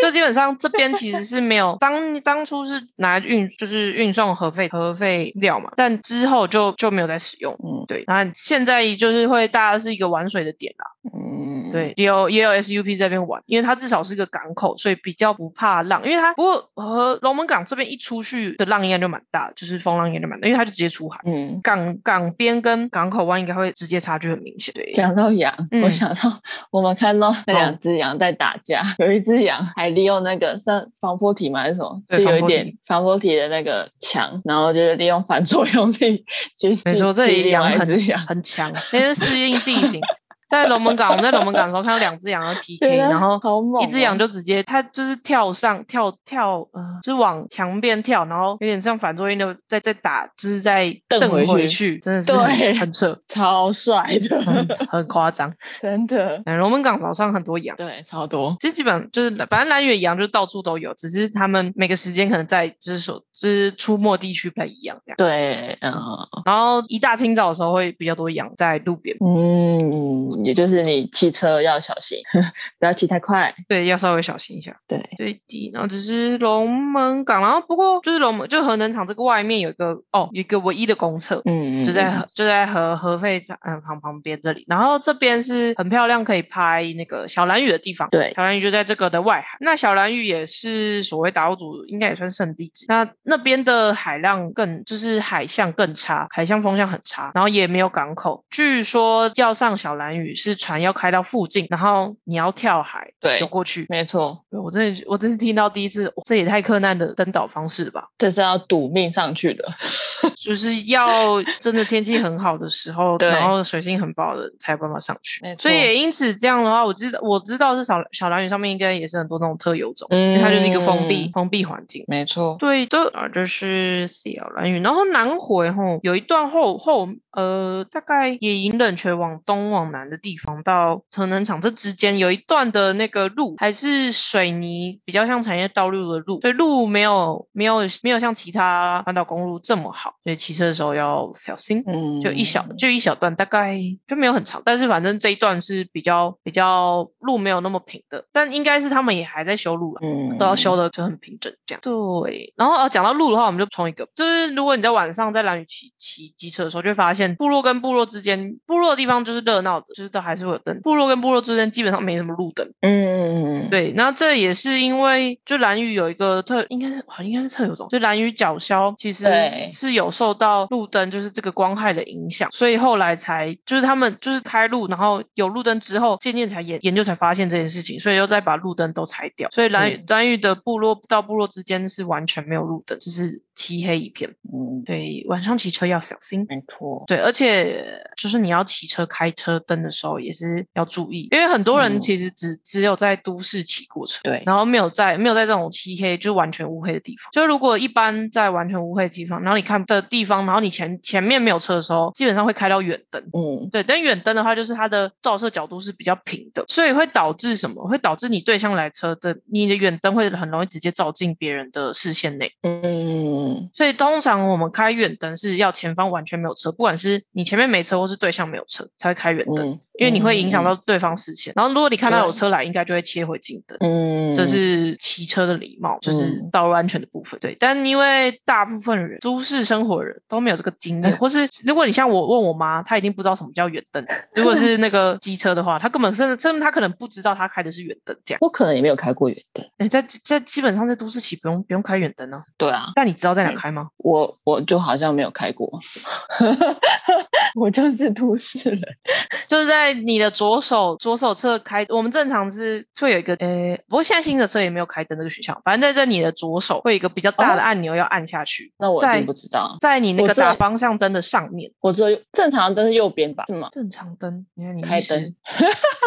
Speaker 1: 就基本上这边其实是没有，当当初是拿来运就是运送核废核废料嘛，但之后就就没有再使用。
Speaker 2: 嗯
Speaker 1: 对，然后现在就是会大家是一个玩水的点啦，
Speaker 2: 嗯，
Speaker 1: 对，也有也有 SUP 在那边玩，因为它至少是个港口，所以比较不怕浪。因为它不过和龙门港这边一出去的浪应该就蛮大的，就是风浪应该就蛮大，因为它就直接出海。
Speaker 2: 嗯。
Speaker 1: 港港边跟港口湾应该会直接差距很明显。对，
Speaker 2: 讲到羊，
Speaker 1: 嗯
Speaker 2: 我想到我们看到那两只羊在打架， 有一只羊还利用那个算防波堤吗还是什么，
Speaker 1: 对
Speaker 2: 就
Speaker 1: 防波
Speaker 2: 有一
Speaker 1: 堤
Speaker 2: 点防波堤的那个墙，然后就是利用反作用力去
Speaker 1: 没错，
Speaker 2: 去
Speaker 1: 这
Speaker 2: 踢
Speaker 1: 里
Speaker 2: 另
Speaker 1: 羊
Speaker 2: 外一
Speaker 1: 很
Speaker 2: 只羊，
Speaker 1: 很强，那是适应地形。在龙门港，我们在龙门港的时候看到两只羊 要 PK，
Speaker 2: 对啊
Speaker 1: 然后
Speaker 2: 好猛哦
Speaker 1: 一只羊就直接它就是跳上跳跳，呃，就是往墙边跳，然后有点像反作用的在在打，就是在
Speaker 2: 蹬
Speaker 1: 蹬
Speaker 2: 回
Speaker 1: 回
Speaker 2: 去
Speaker 1: 去，真的是很
Speaker 2: 对
Speaker 1: 很扯，
Speaker 2: 超帅
Speaker 1: 很
Speaker 2: 的，
Speaker 1: 很夸张。
Speaker 2: 真的，
Speaker 1: 哎龙门港岛上很多羊。
Speaker 2: 对，超多，
Speaker 1: 其实基本上就是，反正蓝远羊就到处都有，只是他们每个时间可能在就是所就是出没地区不太一样这样。
Speaker 2: 对，嗯、
Speaker 1: 然后一大清早的时候会比较多羊在路边，
Speaker 2: 嗯，也就是你骑车要小心， 不要骑太快。
Speaker 1: 对，要稍微小心一下。
Speaker 2: 对，
Speaker 1: 对的，然后只是龙门港，然后不过就是龙门就核能厂这个外面有一个哦，有一个唯一的公厕。
Speaker 2: 嗯，
Speaker 1: 就在核就在核核废厂嗯旁旁边这里，然后这边是很漂亮，可以拍那个小蓝屿的地方。
Speaker 2: 对
Speaker 1: 小蓝屿就在这个的外海。那小蓝屿也是所谓达悟族应该也算圣地之一。那那边的海浪更就是海象更差，海象风向很差，然后也没有港口。据说要上小蓝屿是船要开到附近，然后你要跳海
Speaker 2: 对
Speaker 1: 游过去。
Speaker 2: 没错，
Speaker 1: 对我真的我真是听到第一次，哇这也太困难的登岛方式了吧？
Speaker 2: 这是要赌命上去的。
Speaker 1: 就是要真的天气很好的时候，
Speaker 2: 对
Speaker 1: 然后水性很薄的人才有办法上去
Speaker 2: 没。
Speaker 1: 所以
Speaker 2: 错
Speaker 1: 也因此这样的话，我知道我知道是小小蓝屿上面应该也是很多那种特有种，因为它就是一个封闭
Speaker 2: 嗯
Speaker 1: 封闭环境。
Speaker 2: 没错，
Speaker 1: 对的，啊，这是小蓝屿，然后南回吼有一段后后呃，大概野营冷泉往东往南的地方到核能厂这之间有一段的那个路还是水泥，比较像产业道路的路，所以路没有没有没有像其他环岛公路这么好，所以骑车的时候要小心。
Speaker 2: 嗯，
Speaker 1: 就一小就一小段，大概就没有很长，但是反正这一段是比较比较路没有那么平的，但应该是他们也还在修路了。
Speaker 2: 嗯
Speaker 1: 都要修的就很平整这样。对，然后呃讲到路的话，我们就从一个，就是如果你在晚上在蓝屿骑骑机车的时候，就会发现部落跟部落之间，部落的地方就是热闹的，就是都还是会有灯，部落跟部落之间基本上没什么路灯。
Speaker 2: 嗯嗯嗯，嗯，
Speaker 1: 对，那这也是因为就蓝屿有一个特，应该是好像应该是特有种，就蓝屿角鸮其实
Speaker 2: 对
Speaker 1: 是有受到路灯就是这个光害的影响，所以后来才就是他们就是开路，然后有路灯之后，渐渐才研研究才发现这件事情，所以又再把路灯都拆掉，所以蓝屿、
Speaker 2: 嗯
Speaker 1: 蓝屿的部落到部落之间是完全没有路灯，就是漆黑一片。
Speaker 2: 嗯，
Speaker 1: 对，晚上骑车要小心。
Speaker 2: 没错，
Speaker 1: 对，而且就是你要骑车、开车灯的时候也是要注意，因为很多人
Speaker 2: 嗯
Speaker 1: 其实只、只有在都市骑过车，
Speaker 2: 对
Speaker 1: 然后没有在没有在这种漆黑就是完全乌黑的地方。就如果一般在完全乌黑的地方，然后你看的地方，然后你前前面没有车的时候，基本上会开到远灯。
Speaker 2: 嗯，
Speaker 1: 对，但远灯的话，就是它的照射角度是比较平的，所以会导致什么？会导致你对向来车的你的远灯会很容易直接照进别人的视线内。
Speaker 2: 嗯嗯，
Speaker 1: 所以通常我们开远灯是要前方完全没有车，不管是你前面没车或是对向没有车才会开远灯，
Speaker 2: 嗯，
Speaker 1: 因为你会影响到
Speaker 2: 嗯，
Speaker 1: 对方视线。然后如果你看到有
Speaker 2: 对
Speaker 1: 车来，应该就会切回近灯。
Speaker 2: 嗯，
Speaker 1: 这是骑车的礼貌，就是
Speaker 2: 嗯
Speaker 1: 道路安全的部分。对，但因为大部分人都市生活的人都没有这个经
Speaker 2: 嗯
Speaker 1: 验，或是如果你像我问我妈，她一定不知道什么叫远 灯。如果是那个机车的话，她根本甚至甚至她可能不知道她开的是远灯这样。
Speaker 2: 我可能也没有开过远灯，
Speaker 1: 诶在在基本上在都市骑不用不用开远灯啊，
Speaker 2: 对啊，
Speaker 1: 但你知道在哪开吗？
Speaker 2: 我我 就好像没有开过，我就是都市人，
Speaker 1: 就是在在你的左手左手侧开，我们正常是会有一个，呃，不过现在新的车也没有开灯这个选项，反正在这你的左手会有一个比较大的按钮要按下去，
Speaker 2: 那我
Speaker 1: 在
Speaker 2: 真不知道，
Speaker 1: 在你那
Speaker 2: 哦我
Speaker 1: 个
Speaker 2: 知道
Speaker 1: 打方向灯的上面，
Speaker 2: 我只有正常的灯是右边吧？是吗？
Speaker 1: 正常灯，你看你
Speaker 2: 开
Speaker 1: 意识
Speaker 2: 灯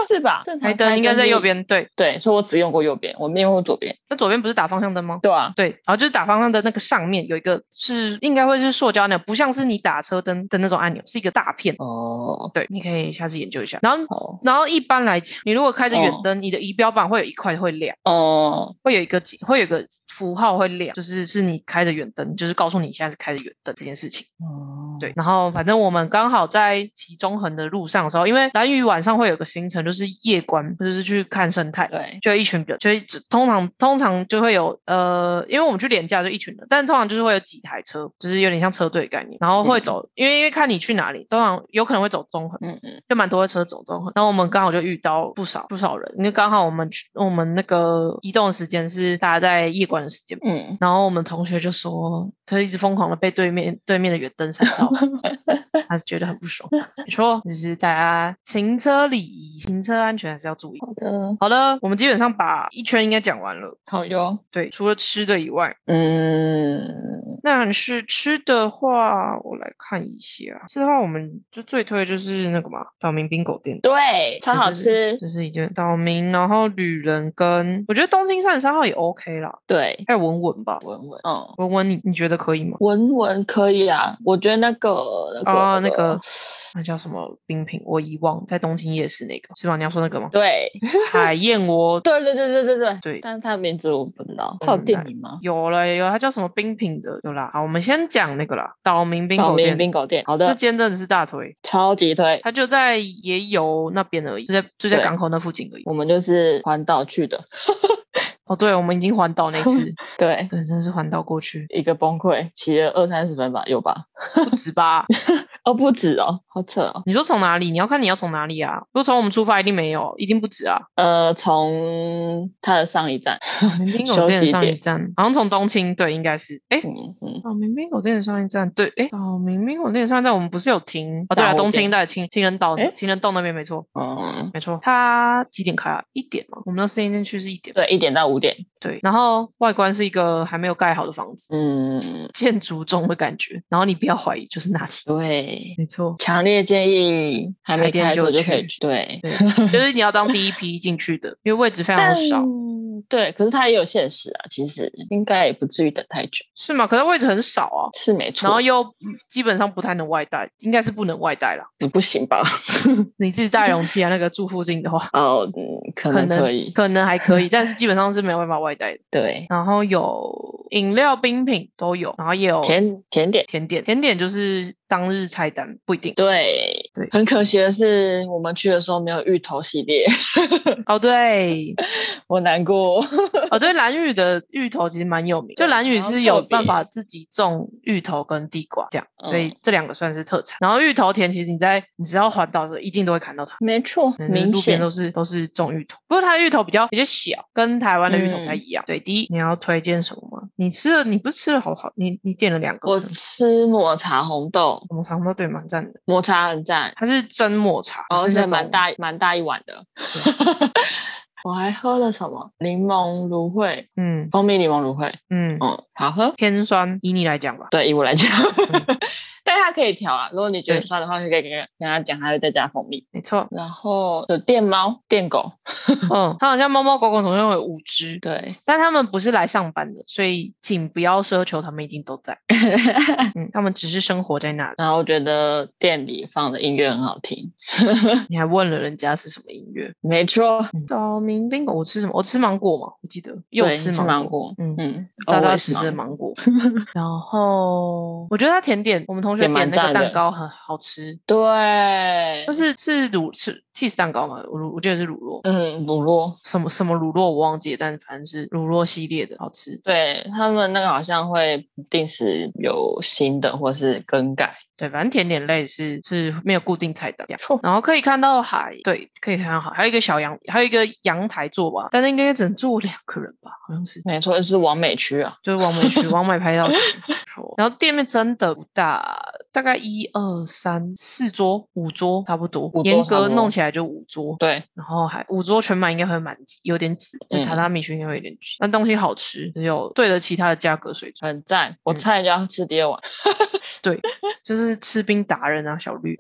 Speaker 2: 是吧？正常
Speaker 1: 开灯应该在
Speaker 2: 是
Speaker 1: 右。边，对，
Speaker 2: 对，所以我只用过右边，我没用过左边，
Speaker 1: 那左边不是打方向灯吗？
Speaker 2: 对啊，
Speaker 1: 对，然后就是打方向灯那个上面有一个是应该会是塑胶按钮，不像是你打车灯的那种按钮，是一个大片。
Speaker 2: 哦，
Speaker 1: 对，你可以下次研究一下。然后，
Speaker 2: 好，
Speaker 1: 然后一般来讲，你如果开着远
Speaker 2: 哦
Speaker 1: 灯，你的仪表板会有一块会亮，
Speaker 2: 哦，
Speaker 1: 会有一个几会有一个符号会亮，就是是你开着远灯，就是告诉你现在是开着远灯这件事情。
Speaker 2: 哦，
Speaker 1: 对，然后反正我们刚好在骑中横的路上的时候，因为蓝屿晚上会有个行程，就是夜观，就是去看生态。
Speaker 2: 对，
Speaker 1: 就一群比较，就是只通常通常就会有呃，因为我们去廉价就一群人，但是通常就是会有几台车，就是有点像车队的概念，然后会走，因为因为看你去哪里，通常有可能会走中横，
Speaker 2: 嗯嗯，
Speaker 1: 就蛮多的车走中横。然后我们刚好就遇到不少不少人，因为刚好我们去我们那个移动的时间是大家在夜观的时间嘛。
Speaker 2: 嗯，
Speaker 1: 然后我们同学就说，他一直疯狂的被对面对面的远灯闪到，他觉得很不爽。没错，就是大家行车礼仪、行车安全还是要注意。
Speaker 2: 好的，
Speaker 1: 好的，我们基本上把一圈应该讲完了。
Speaker 2: 好哟，
Speaker 1: 对，除了吃的以外，
Speaker 2: 嗯，
Speaker 1: 那是吃的话，我来看一下。吃的话，我们就最推就是那个嘛，岛民冰狗店，
Speaker 2: 对，超
Speaker 1: 就
Speaker 2: 好
Speaker 1: 是
Speaker 2: 吃
Speaker 1: 这，是一间岛民，然后旅人跟我觉得东京三十三号也 OK 啦，
Speaker 2: 对，
Speaker 1: 还有文文吧，
Speaker 2: 文文，嗯，
Speaker 1: 文文你你觉得可以吗？
Speaker 2: 文文可以啊，我觉得那个？
Speaker 1: 啊、那个那叫什么冰品，我遗忘，在东京夜市那个是吗？你要说那个吗
Speaker 2: 对，
Speaker 1: 海燕窝
Speaker 2: 对对对对对对
Speaker 1: 对
Speaker 2: 但是他的名字我不知道，他有
Speaker 1: 嗯
Speaker 2: 电
Speaker 1: 来
Speaker 2: 影吗？
Speaker 1: 有了有，它叫什么冰品的有啦。好，我们先讲那个啦，岛民冰
Speaker 2: 岛
Speaker 1: 狗
Speaker 2: 民
Speaker 1: 店，
Speaker 2: 冰狗店，好
Speaker 1: 这
Speaker 2: 的，
Speaker 1: 间真的是大推，
Speaker 2: 超级推，
Speaker 1: 它就在野游那边而已，就在就在
Speaker 2: 对
Speaker 1: 港口那附近而已。
Speaker 2: 我们就是环岛去的，
Speaker 1: 哦，对，我们已经环岛那次，
Speaker 2: 对，，
Speaker 1: 对，真的是环岛过去
Speaker 2: 一个崩溃，骑了二三十分吧，有吧？
Speaker 1: 不止吧？
Speaker 2: 哦，不止哦，好扯哦，
Speaker 1: 你说从哪里？你要看你要从哪里啊？如果从我们出发，一定没有，一定不 止啊。
Speaker 2: 呃，从它的上一站，
Speaker 1: 岛民冰狗
Speaker 2: 休
Speaker 1: 店的
Speaker 2: 息
Speaker 1: 上一
Speaker 2: 点
Speaker 1: 站，好像从东青，对，应该是，哎。
Speaker 2: 嗯嗯，
Speaker 1: 岛民冰狗店的上一站，对，哎，岛民冰狗店的上一站，我们不是有停？哦，对
Speaker 2: 大
Speaker 1: 啊，
Speaker 2: 后
Speaker 1: 东
Speaker 2: 边
Speaker 1: 青在情情人岛
Speaker 2: 诶、
Speaker 1: 情人洞那边，没错。
Speaker 2: 嗯，
Speaker 1: 没错，它几点开啊？一点嘛，我们那时间进去是一点。
Speaker 2: 对，一点到五点，
Speaker 1: 对，然后外观是一个还没有盖好的房子，
Speaker 2: 嗯，
Speaker 1: 建筑中的感觉。然后你不要怀疑，就是那里。
Speaker 2: 对，
Speaker 1: 没错，
Speaker 2: 强烈建议还
Speaker 1: 开
Speaker 2: 没
Speaker 1: 店
Speaker 2: 开的时候
Speaker 1: 就
Speaker 2: 就可以
Speaker 1: 去
Speaker 2: 去，对，
Speaker 1: 对， 就是你要当第一批进去的，因为位置非常
Speaker 2: 但
Speaker 1: 的少，
Speaker 2: 对，可是它也有限时啊，其实应该也不至于等太久，
Speaker 1: 是吗？可是位置很少啊，
Speaker 2: 是没错，
Speaker 1: 然后又嗯基本上不太能外带，应该是不能外带啦。
Speaker 2: 不不行吧？
Speaker 1: 你自己带容器啊，那个住附近的话，
Speaker 2: 哦，嗯，可
Speaker 1: 可
Speaker 2: 能
Speaker 1: 能
Speaker 2: 可以，
Speaker 1: 可能还可以，但是基本上是没有办法外带的。
Speaker 2: 对，
Speaker 1: 然后有饮料、冰品都有，然后也有
Speaker 2: 甜甜点，
Speaker 1: 甜点，甜点就是当日菜单，不一定。
Speaker 2: 对，
Speaker 1: 对
Speaker 2: 很可惜的是，我们去的时候没有芋头系列，
Speaker 1: 哦，对，
Speaker 2: 我难过。
Speaker 1: 哦，对，兰屿的芋头其实蛮有名，就
Speaker 2: 对
Speaker 1: 兰屿
Speaker 2: 然后
Speaker 1: 是有
Speaker 2: 特别
Speaker 1: 办法自己种芋头跟地瓜这样，所以
Speaker 2: 嗯
Speaker 1: 这两个算是特产。然后芋头田其实你在你只要环岛的时候一定都会看到它，
Speaker 2: 没错，
Speaker 1: 嗯
Speaker 2: 明
Speaker 1: 路边
Speaker 2: 显
Speaker 1: 都是都是种芋头，不过它的芋头比较比较小，跟台湾的芋头不太
Speaker 2: 嗯
Speaker 1: 一样。对，第一你要推荐什么吗？你吃了你不是吃了好好，你你点了两个，
Speaker 2: 我
Speaker 1: 是吗
Speaker 2: 吃抹茶红豆，
Speaker 1: 我们常常都对蛮赞的，
Speaker 2: 抹茶很赞，
Speaker 1: 它是真抹茶，就
Speaker 2: 哦而
Speaker 1: 是那
Speaker 2: 且
Speaker 1: 种
Speaker 2: 蛮大蛮大一碗的。 我还喝了什么？柠檬芦荟，
Speaker 1: 嗯
Speaker 2: 蜂蜜柠檬芦荟，
Speaker 1: 嗯，
Speaker 2: 嗯，好喝。
Speaker 1: 偏酸，以你来讲吧。
Speaker 2: 对，以我来讲
Speaker 1: 嗯，
Speaker 2: 但它可以调啊。如果你觉得
Speaker 1: 对
Speaker 2: 酸的话，就可以跟跟他讲，他会再加蜂蜜。
Speaker 1: 没 错，
Speaker 2: 然后有电猫、电狗，
Speaker 1: 嗯，它好像猫猫狗狗总共有五只，
Speaker 2: 对，
Speaker 1: 但他们不是来上班的，所以请不要奢求他们一定都 在。嗯，他们只是生活在那里。
Speaker 2: 然后我觉得店里放的音乐很好听，
Speaker 1: 你还问了人家是什么音乐？嗯
Speaker 2: 没错，
Speaker 1: 岛民冰狗，我吃什么？我吃芒果嘛，我记得又
Speaker 2: 对
Speaker 1: 吃
Speaker 2: 是
Speaker 1: 芒
Speaker 2: 芒果，
Speaker 1: 嗯
Speaker 2: 嗯，
Speaker 1: 扎扎
Speaker 2: always
Speaker 1: 实实的
Speaker 2: 芒
Speaker 1: 芒果。 然后我觉得它甜点，我们同学
Speaker 2: 也蛮
Speaker 1: 点那个
Speaker 2: 赞的
Speaker 1: 蛋糕很好吃，
Speaker 2: 对，
Speaker 1: 但是是乳是 cheese 蛋糕嘛，乳我记得是乳酪。
Speaker 2: 嗯，乳酪，
Speaker 1: 什么什么乳酪我忘记了，但反正是乳酪系列的好吃。
Speaker 2: 对他们那个好像会不定时有新的或是更改，
Speaker 1: 对，反正甜点类是是没有固定菜单这样
Speaker 2: 哦，
Speaker 1: 然后可以看到海，对，可以看到海，还有一个小阳，还有一个阳台坐吧，但是应该只能坐两个人吧，好像是，
Speaker 2: 没错，是完美区啊。
Speaker 1: 就是往美区，往美拍 照区，没错。然后店面真的不大，大概一二三四桌，五桌差不多
Speaker 2: 五，桌
Speaker 1: 严
Speaker 2: 差
Speaker 1: 格
Speaker 2: 不多
Speaker 1: 弄起来就五桌，
Speaker 2: 对，
Speaker 1: 然后还五桌全满应该会蛮挤，有点挤，就
Speaker 2: 嗯
Speaker 1: 榻榻米区应该会有点挤，但东西好吃，只有对得起它的价格水准，
Speaker 2: 很赞。我
Speaker 1: 嗯
Speaker 2: 差点就要吃第二碗，
Speaker 1: 就是吃冰达人啊，小绿。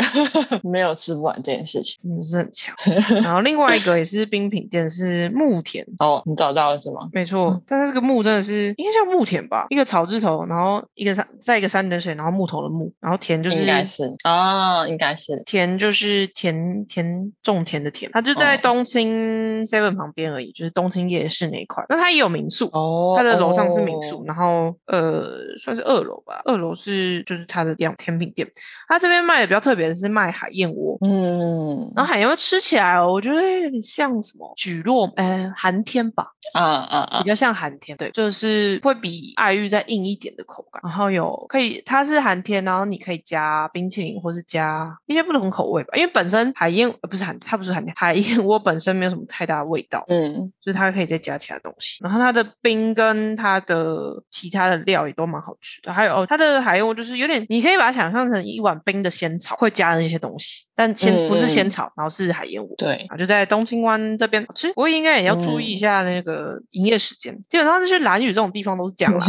Speaker 2: 没有吃不完这件事情。
Speaker 1: 真的是很 强。然后另外一个也是冰品店是木田，
Speaker 2: 哦，你找到了是吗？
Speaker 1: 没错，但是这个木真的是应该叫木田吧，一个草字头，然后一个山，再一个三点水，然后木头的木，然后田就
Speaker 2: 应该
Speaker 1: 是。
Speaker 2: 是啊，应该是
Speaker 1: 田就是田田种田的田，它就在
Speaker 2: 哦
Speaker 1: 东青 seven 旁边而已，就是东青夜市那一块。那它也有民宿，
Speaker 2: 哦，
Speaker 1: 它的楼上是民宿，
Speaker 2: 哦，
Speaker 1: 然后呃算是二楼吧，二楼是就是它的样甜品店。它这边卖的比较特别的是卖海燕窝，
Speaker 2: 嗯，
Speaker 1: 然后海燕会吃起来哦，我觉得有点像什么蒟蒻，呃，寒天吧，
Speaker 2: 啊啊啊
Speaker 1: 比，较像寒天，对，就是会比爱玉再硬一点的口感。然后有可以，它是寒天，然后你可以加冰淇淋或是加一些不同口味吧，因为本身海燕呃不是寒，它不是寒天， 海燕窝本身没有什么太大的味道，
Speaker 2: 嗯，
Speaker 1: 就是它可以再加其他东西。然后它的冰跟它的其他的料也都蛮好吃的，还有哦，它的海燕窝就是有点，你可以把它想象成一碗冰的仙草，会加的那些东西，但仙、不是
Speaker 2: 嗯嗯
Speaker 1: 仙草，然后是海燕窝。
Speaker 2: 对，
Speaker 1: 啊，就在东青湾这边。好吃。不过应该也要注
Speaker 2: 嗯
Speaker 1: 意一下那个营业时间，基本上就是蓝屿这种地方都是这样 啦。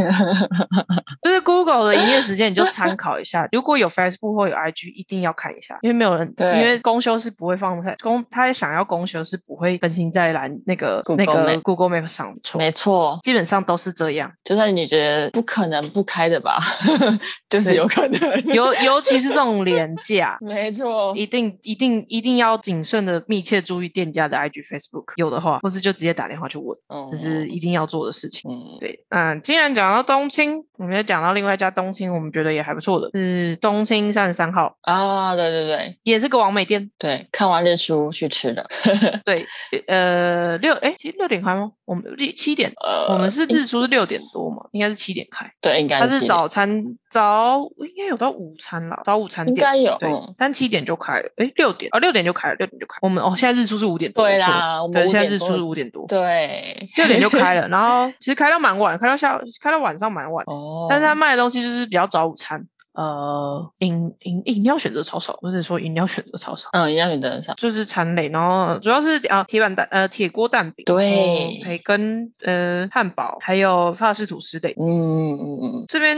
Speaker 1: 就是 Google 的营业时间你就参考一下，如果有 Facebook 或有 IG，一定要看一下，因为没有人，
Speaker 2: 对
Speaker 1: 因为公休是不会放在公，他想要公休是不会更新在蓝那个
Speaker 2: Google
Speaker 1: 那个
Speaker 2: Map
Speaker 1: Google Map 上的错。
Speaker 2: 没错，
Speaker 1: 基本上都是这样，
Speaker 2: 就算你觉得不可能不开的吧， 就是有可能，，
Speaker 1: 尤尤其是这种廉价
Speaker 2: 没错，
Speaker 1: 一定一定一定要谨慎的密切注意店家的 IG、Facebook，有的话，或是就直接打电话去问，
Speaker 2: 嗯
Speaker 1: 这是一定要做的事情。
Speaker 2: 嗯，
Speaker 1: 对，嗯，既然讲到东青，我们就讲到另外一家东青，我们觉得也还不错的，是
Speaker 2: 嗯
Speaker 1: 东青三十三号，
Speaker 2: 啊，对对对
Speaker 1: 也是个完美店。
Speaker 2: 对，看完日出去吃的，
Speaker 1: 对，呃，六哎，其实六点开吗？我们七七点，
Speaker 2: 呃，
Speaker 1: 我们是日出是六点多嘛，应该是七点开。
Speaker 2: 对，应该
Speaker 1: 它是
Speaker 2: 七点，
Speaker 1: 早餐早应该有到午餐啦，早午餐
Speaker 2: 应
Speaker 1: 店。
Speaker 2: 该有，
Speaker 1: 对
Speaker 2: 嗯，
Speaker 1: 但七点就开了，哎，六点哦，六点就开了，六点就开了。我们哦，现在日出是五点多，
Speaker 2: 对
Speaker 1: 我错了
Speaker 2: 啦，我们
Speaker 1: 对，
Speaker 2: 五
Speaker 1: 现在
Speaker 2: 点
Speaker 1: 日
Speaker 2: 多
Speaker 1: 出是五点多，
Speaker 2: 对，
Speaker 1: 六点就开了，然后其实开到蛮晚，开到下开到晚上蛮晚的。
Speaker 2: 哦，
Speaker 1: 但是他卖的东西就是比较早午餐，呃，饮饮饮料选择超少，或者说饮料选择超少，
Speaker 2: 嗯，要你等一下，
Speaker 1: 就是餐类，然后主要是啊铁板蛋呃铁锅蛋饼，
Speaker 2: 对
Speaker 1: 然后培根呃汉堡，还有法式吐司类。
Speaker 2: 嗯嗯嗯嗯，
Speaker 1: 这边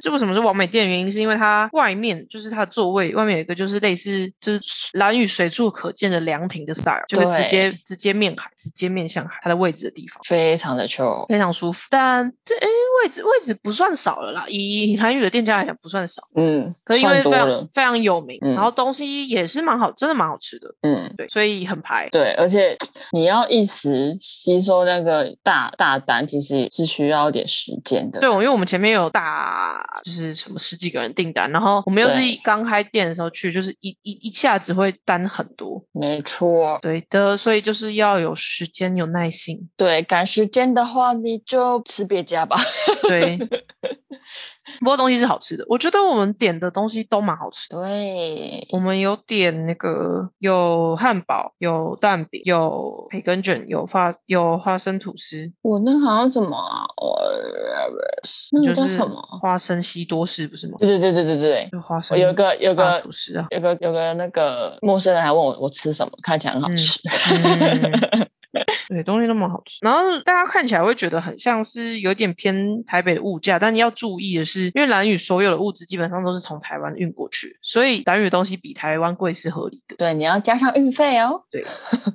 Speaker 1: 这为什么是完美店的原因，是因为它外面就是它的座位外面有一个就是类似就是蓝雨随处可见的凉亭的 style，就会直接直接面海，直接面向海它的位置的地方。
Speaker 2: 非常的 chill，
Speaker 1: 非常舒服，但这诶位置位置不算少了啦，以蓝宇的店家来讲不算少，
Speaker 2: 嗯，
Speaker 1: 可是因
Speaker 2: 算
Speaker 1: 为非
Speaker 2: 多
Speaker 1: 常
Speaker 2: 了，
Speaker 1: 非常有名，
Speaker 2: 嗯
Speaker 1: 然后东西也是蛮好，真的蛮好吃的，
Speaker 2: 嗯。
Speaker 1: 对，所以很排。
Speaker 2: 对，而且你要一时吸收那个大大单，其实是需要一点时间的。
Speaker 1: 对，因为我们前面有大就是什么十几个人订单，然后我们又是
Speaker 2: 对
Speaker 1: 刚开店的时候去，就是一一一下子会单很多，
Speaker 2: 没错，
Speaker 1: 对的，所以就是要有时间有耐心，
Speaker 2: 对，赶时间的话，你就吃别家吧。
Speaker 1: 对。不过东西是好吃的，我觉得我们点的东西都蛮好吃的。
Speaker 2: 对，
Speaker 1: 我们有点那个，有汉堡，有蛋饼，有培根卷，有花有花生吐司，
Speaker 2: 我那好像什么啊，我那
Speaker 1: 就
Speaker 2: 个叫
Speaker 1: 是
Speaker 2: 嗯什么？啊
Speaker 1: 花生西多士，不是吗？
Speaker 2: 对对对对对对，
Speaker 1: 就花生
Speaker 2: 我有个有
Speaker 1: 啊
Speaker 2: 个
Speaker 1: 吐 司啊，
Speaker 2: 有个有个那个陌生人还问我我吃什么，看起来很好
Speaker 1: 嗯
Speaker 2: 吃。
Speaker 1: 嗯对，东西都蛮好吃。然后大家看起来会觉得很像是有点偏台北的物价，但你要注意的是，因为蓝屿所有的物资基本上都是从台湾运过去，所以蓝屿的东西比台湾贵是合理的，
Speaker 2: 对，你要加上运费哦。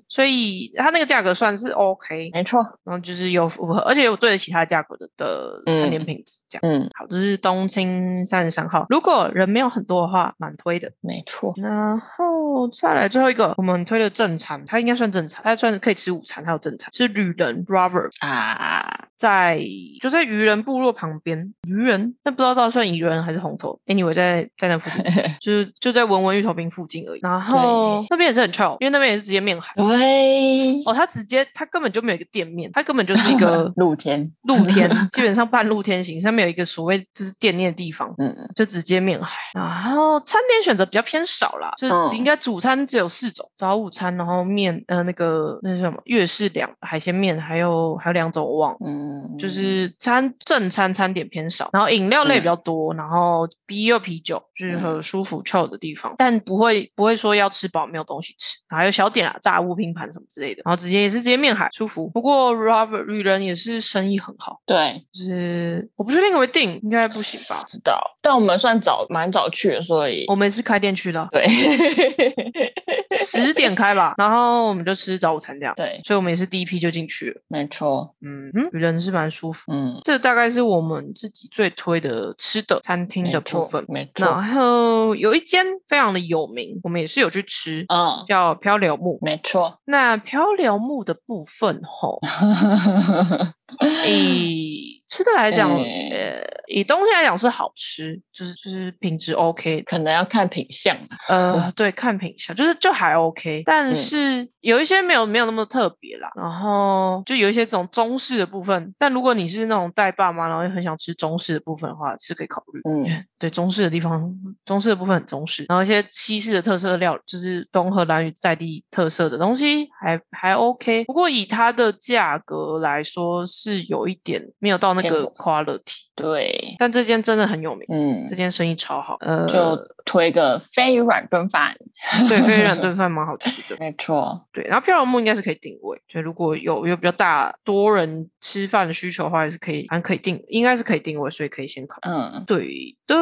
Speaker 1: 所以它那个价格算是 OK，
Speaker 2: 没错，
Speaker 1: 然后就是有符合，而且有对得起它价格的的餐点品质，这样。
Speaker 2: 嗯，
Speaker 1: 好，这是东青三十三号。如果人没有很多的话，蛮推的。
Speaker 2: 没错。
Speaker 1: 然后再来最后一个，我们推的正餐，它应该算正餐，它算可以吃午餐，还有正餐是旅人 Robert。
Speaker 2: 啊，
Speaker 1: 在就在渔人部落旁边，渔人但不知道到底算渔人还是红头，anyway 在在那附近，就是就在文文芋头冰附近而已。然后
Speaker 2: 对
Speaker 1: 那边也是很 chill，因为那边也是直接面海。
Speaker 2: 对，
Speaker 1: 哦，它直接它根本就没有一个店面，它根本就是一 个
Speaker 2: 露天，
Speaker 1: 露天，基本上半露天型，上面有一个所谓就是店面的地方，
Speaker 2: 嗯，
Speaker 1: 就直接面海。然后餐点选择比较偏少啦，就
Speaker 2: 嗯
Speaker 1: 是只应该主餐只有四种，早午餐，然后面呃那个那是什么粤式凉海鲜面，还有还有两种我忘了。
Speaker 2: 嗯，
Speaker 1: 就是餐正餐餐点偏少，然后饮料类比
Speaker 2: 嗯
Speaker 1: 较多，然后 B 二啤酒就是很舒服 chill 的地方，但不会不会说要吃饱没有东西吃，然后还有小点啊炸物拼盘什么之类的，然后直接也是直接面海舒服。不过 Robert 旅人也是生意很好，
Speaker 2: 对，
Speaker 1: 就是我不确定可不可以订，应该不行吧？
Speaker 2: 知道。但我们算早，蛮早去的，所以，
Speaker 1: 我们是开店去的啊
Speaker 2: 对
Speaker 1: 十点开吧，然后我们就吃早午餐这样，
Speaker 2: 对，
Speaker 1: 所以我们也是第一批就进去了。
Speaker 2: 没错，
Speaker 1: 嗯，嗯旅人是蛮舒服。
Speaker 2: 嗯，
Speaker 1: 这大概是我们自己最推的吃的餐厅
Speaker 2: 没
Speaker 1: 的部
Speaker 2: 错
Speaker 1: 分，
Speaker 2: 没错，
Speaker 1: 然后有一间非常的有名，我们也是有去吃，
Speaker 2: 嗯，
Speaker 1: 叫漂流木。
Speaker 2: 没错，，
Speaker 1: 那漂流木的部分吼
Speaker 2: 嗯
Speaker 1: 以吃的来讲，
Speaker 2: 诶
Speaker 1: 呃，以东西来讲是好吃，就是就是品质 OK 的
Speaker 2: 可能要看品相啊，
Speaker 1: 呃，对，看品相就是就还 OK，但
Speaker 2: 嗯
Speaker 1: 是有一些没有没有那么特别啦。然后就有一些这种中式的部分，但如果你是那种带爸妈，然后又很想吃中式的部分的话，是可以考虑。
Speaker 2: 嗯，
Speaker 1: 对中式的地方，中式的部分很中式，然后一些西式的特色料，就是东荷兰语在地特色的东西还还 OK。不过以它的价格来说，是有一点没有到那
Speaker 2: 偏
Speaker 1: 个
Speaker 2: 颇
Speaker 1: quality，
Speaker 2: 对，
Speaker 1: 但这间真的很有名，
Speaker 2: 嗯
Speaker 1: 这，间生意超好。呃，
Speaker 2: 就推个飞软炖饭，
Speaker 1: 对，飞 软炖饭蛮好吃的。
Speaker 2: 没错，
Speaker 1: 对，然后漂流木应该是可以定位，就如果有有比较大多人吃饭的需求的话，也是可以，反正可以定，应该是可以定位，所以可以先考虑。
Speaker 2: 嗯，
Speaker 1: 对的，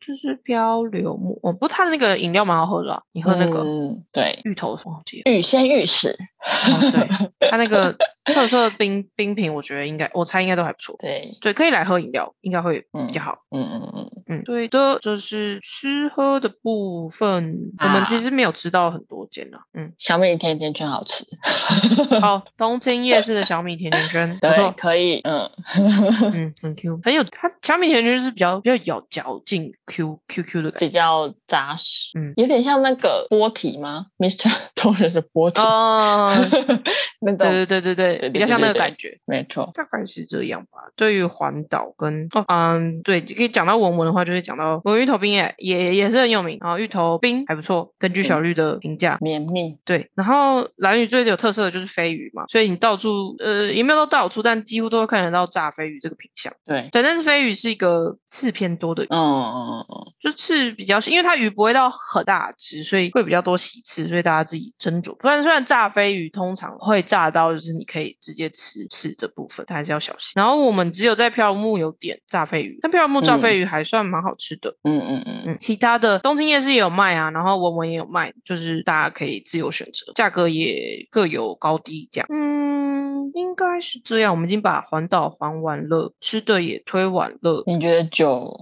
Speaker 1: 就是漂流木。哦，不过它的那个饮料蛮好喝的啊、你喝那个、
Speaker 2: 嗯，对，
Speaker 1: 芋头忘记了。
Speaker 2: 欲仙欲死，
Speaker 1: 哦，对，它那 个特色冰冰品，我觉得应该，我猜应该都还不错。
Speaker 2: 对，
Speaker 1: 对，可以来喝饮料，应该会比较好。
Speaker 2: 嗯嗯嗯，
Speaker 1: 嗯，对的，就是吃喝的部分，我们其
Speaker 2: 啊
Speaker 1: 实没有吃到很多间啦。嗯，
Speaker 2: 小米甜甜圈好吃，
Speaker 1: 好，哦东京夜市的小米甜甜圈不
Speaker 2: 对，
Speaker 1: 错，
Speaker 2: 可以，嗯，
Speaker 1: 嗯，很 Q，很有它小米甜甜圈是比较比较咬嚼劲 Q Q Q 的感
Speaker 2: 比
Speaker 1: 觉。
Speaker 2: 较扎实，
Speaker 1: 嗯
Speaker 2: 有点像那个波体吗？Mr. 多人的波体，
Speaker 1: 哦，
Speaker 2: 那种，
Speaker 1: 对对对对对，
Speaker 2: 对
Speaker 1: 比
Speaker 2: 对
Speaker 1: 较像
Speaker 2: 对
Speaker 1: 那个
Speaker 2: 对
Speaker 1: 感觉。
Speaker 2: 没错，
Speaker 1: 大概是这样吧。对于环岛跟哦，嗯，对，可以讲到文文的话，就会讲到文芋头冰也也也是很有名，然后芋头冰还不错，根据小绿的评价。
Speaker 2: 绵密，
Speaker 1: 对，然后蓝屿最有特色的就是飞鱼嘛，所以你到处呃也没有到到处，但几乎都会看得到炸飞鱼这个品相。
Speaker 2: 对，
Speaker 1: 对，但是飞鱼是一个刺偏多的鱼，
Speaker 2: 嗯嗯嗯
Speaker 1: 就刺比较，因为它鱼不会到很大只，所以会比较多细刺，所以大家自己斟酌。不然虽然炸飞鱼通常会炸到，就是你可以直接吃刺的部分，但还是要小心。然后我们只有在漂流木有点炸飞鱼，但漂流木炸飞鱼还算蛮好吃的。
Speaker 2: 嗯嗯嗯嗯，
Speaker 1: 嗯，其他的东京夜市也有卖啊，然后文文也有卖，就是大家可以自由选择，价格也各有高低这样。嗯，应该是这样。我们已经把环岛还完了，吃的也推完了，
Speaker 2: 你觉得酒，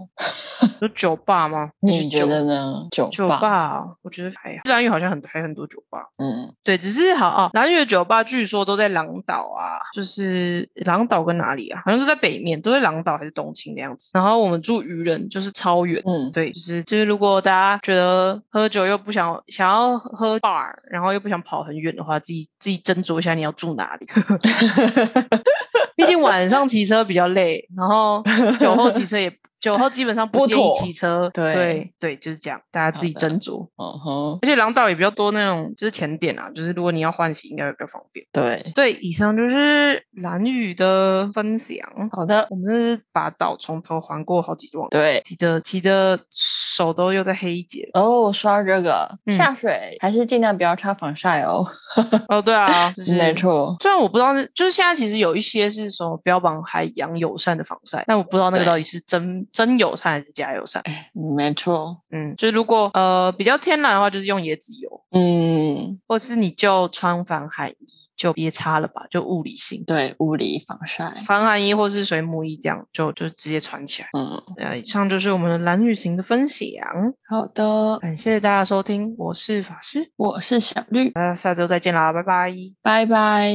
Speaker 1: 有酒吧吗？还是
Speaker 2: 你觉
Speaker 1: 酒
Speaker 2: 得呢？酒
Speaker 1: 酒吧，我觉得还好。蓝屿好像很还很多酒吧，
Speaker 2: 嗯，
Speaker 1: 对，只是好啊，蓝屿的酒吧据说都在狼岛啊，就是狼岛跟哪里啊？好像都在北面，都在狼岛还是东青的样子。然后我们住渔人，就是超远。
Speaker 2: 嗯，
Speaker 1: 对，就是就是，如果大家觉得喝酒又不想想要喝 bar，然后又不想跑很远的话，自己自己斟酌一下你要住哪里。 毕竟晚上骑车比较累，然后 酒 后骑车也酒后基本上不
Speaker 2: 不
Speaker 1: 建议
Speaker 2: 妥
Speaker 1: 骑车。
Speaker 2: 对
Speaker 1: 对对，就是这样，大家自己
Speaker 2: 好的
Speaker 1: 斟酌。
Speaker 2: 嗯哼，
Speaker 1: 而且狼岛也比较多那种就是前点啊，就是如果你要换洗，应该会比较方便。
Speaker 2: 对，
Speaker 1: 对，以上就是蓝宇的分享。
Speaker 2: 好的，
Speaker 1: 我们是把岛从头环过好几段，
Speaker 2: 对。
Speaker 1: 骑的骑的手都又在黑一截了。
Speaker 2: 哦，说到这个，
Speaker 1: 嗯
Speaker 2: 下水还是尽量不要擦防晒哦。
Speaker 1: 哦，对啊，就是
Speaker 2: 没错，
Speaker 1: 虽然我不知道那，就是现在其实有一些是什么标榜海洋友善的防晒，但我不知道那个
Speaker 2: 对哎
Speaker 1: 到底是真真友善还是假友善。
Speaker 2: 没错。
Speaker 1: 嗯，就是如果呃比较天然的话，就是用椰子油，
Speaker 2: 嗯，
Speaker 1: 或是你就穿防寒衣，就别擦了吧，就物理性。
Speaker 2: 对，物理防晒。
Speaker 1: 防寒衣或是水母衣，这样就就直接穿起来。
Speaker 2: 嗯，
Speaker 1: 呃，以上就是我们的蓝旅行的分享，
Speaker 2: 好的，
Speaker 1: 感谢大家收听，我是法师，
Speaker 2: 我是小绿，
Speaker 1: 那下周再见啦，拜拜。
Speaker 2: 拜拜。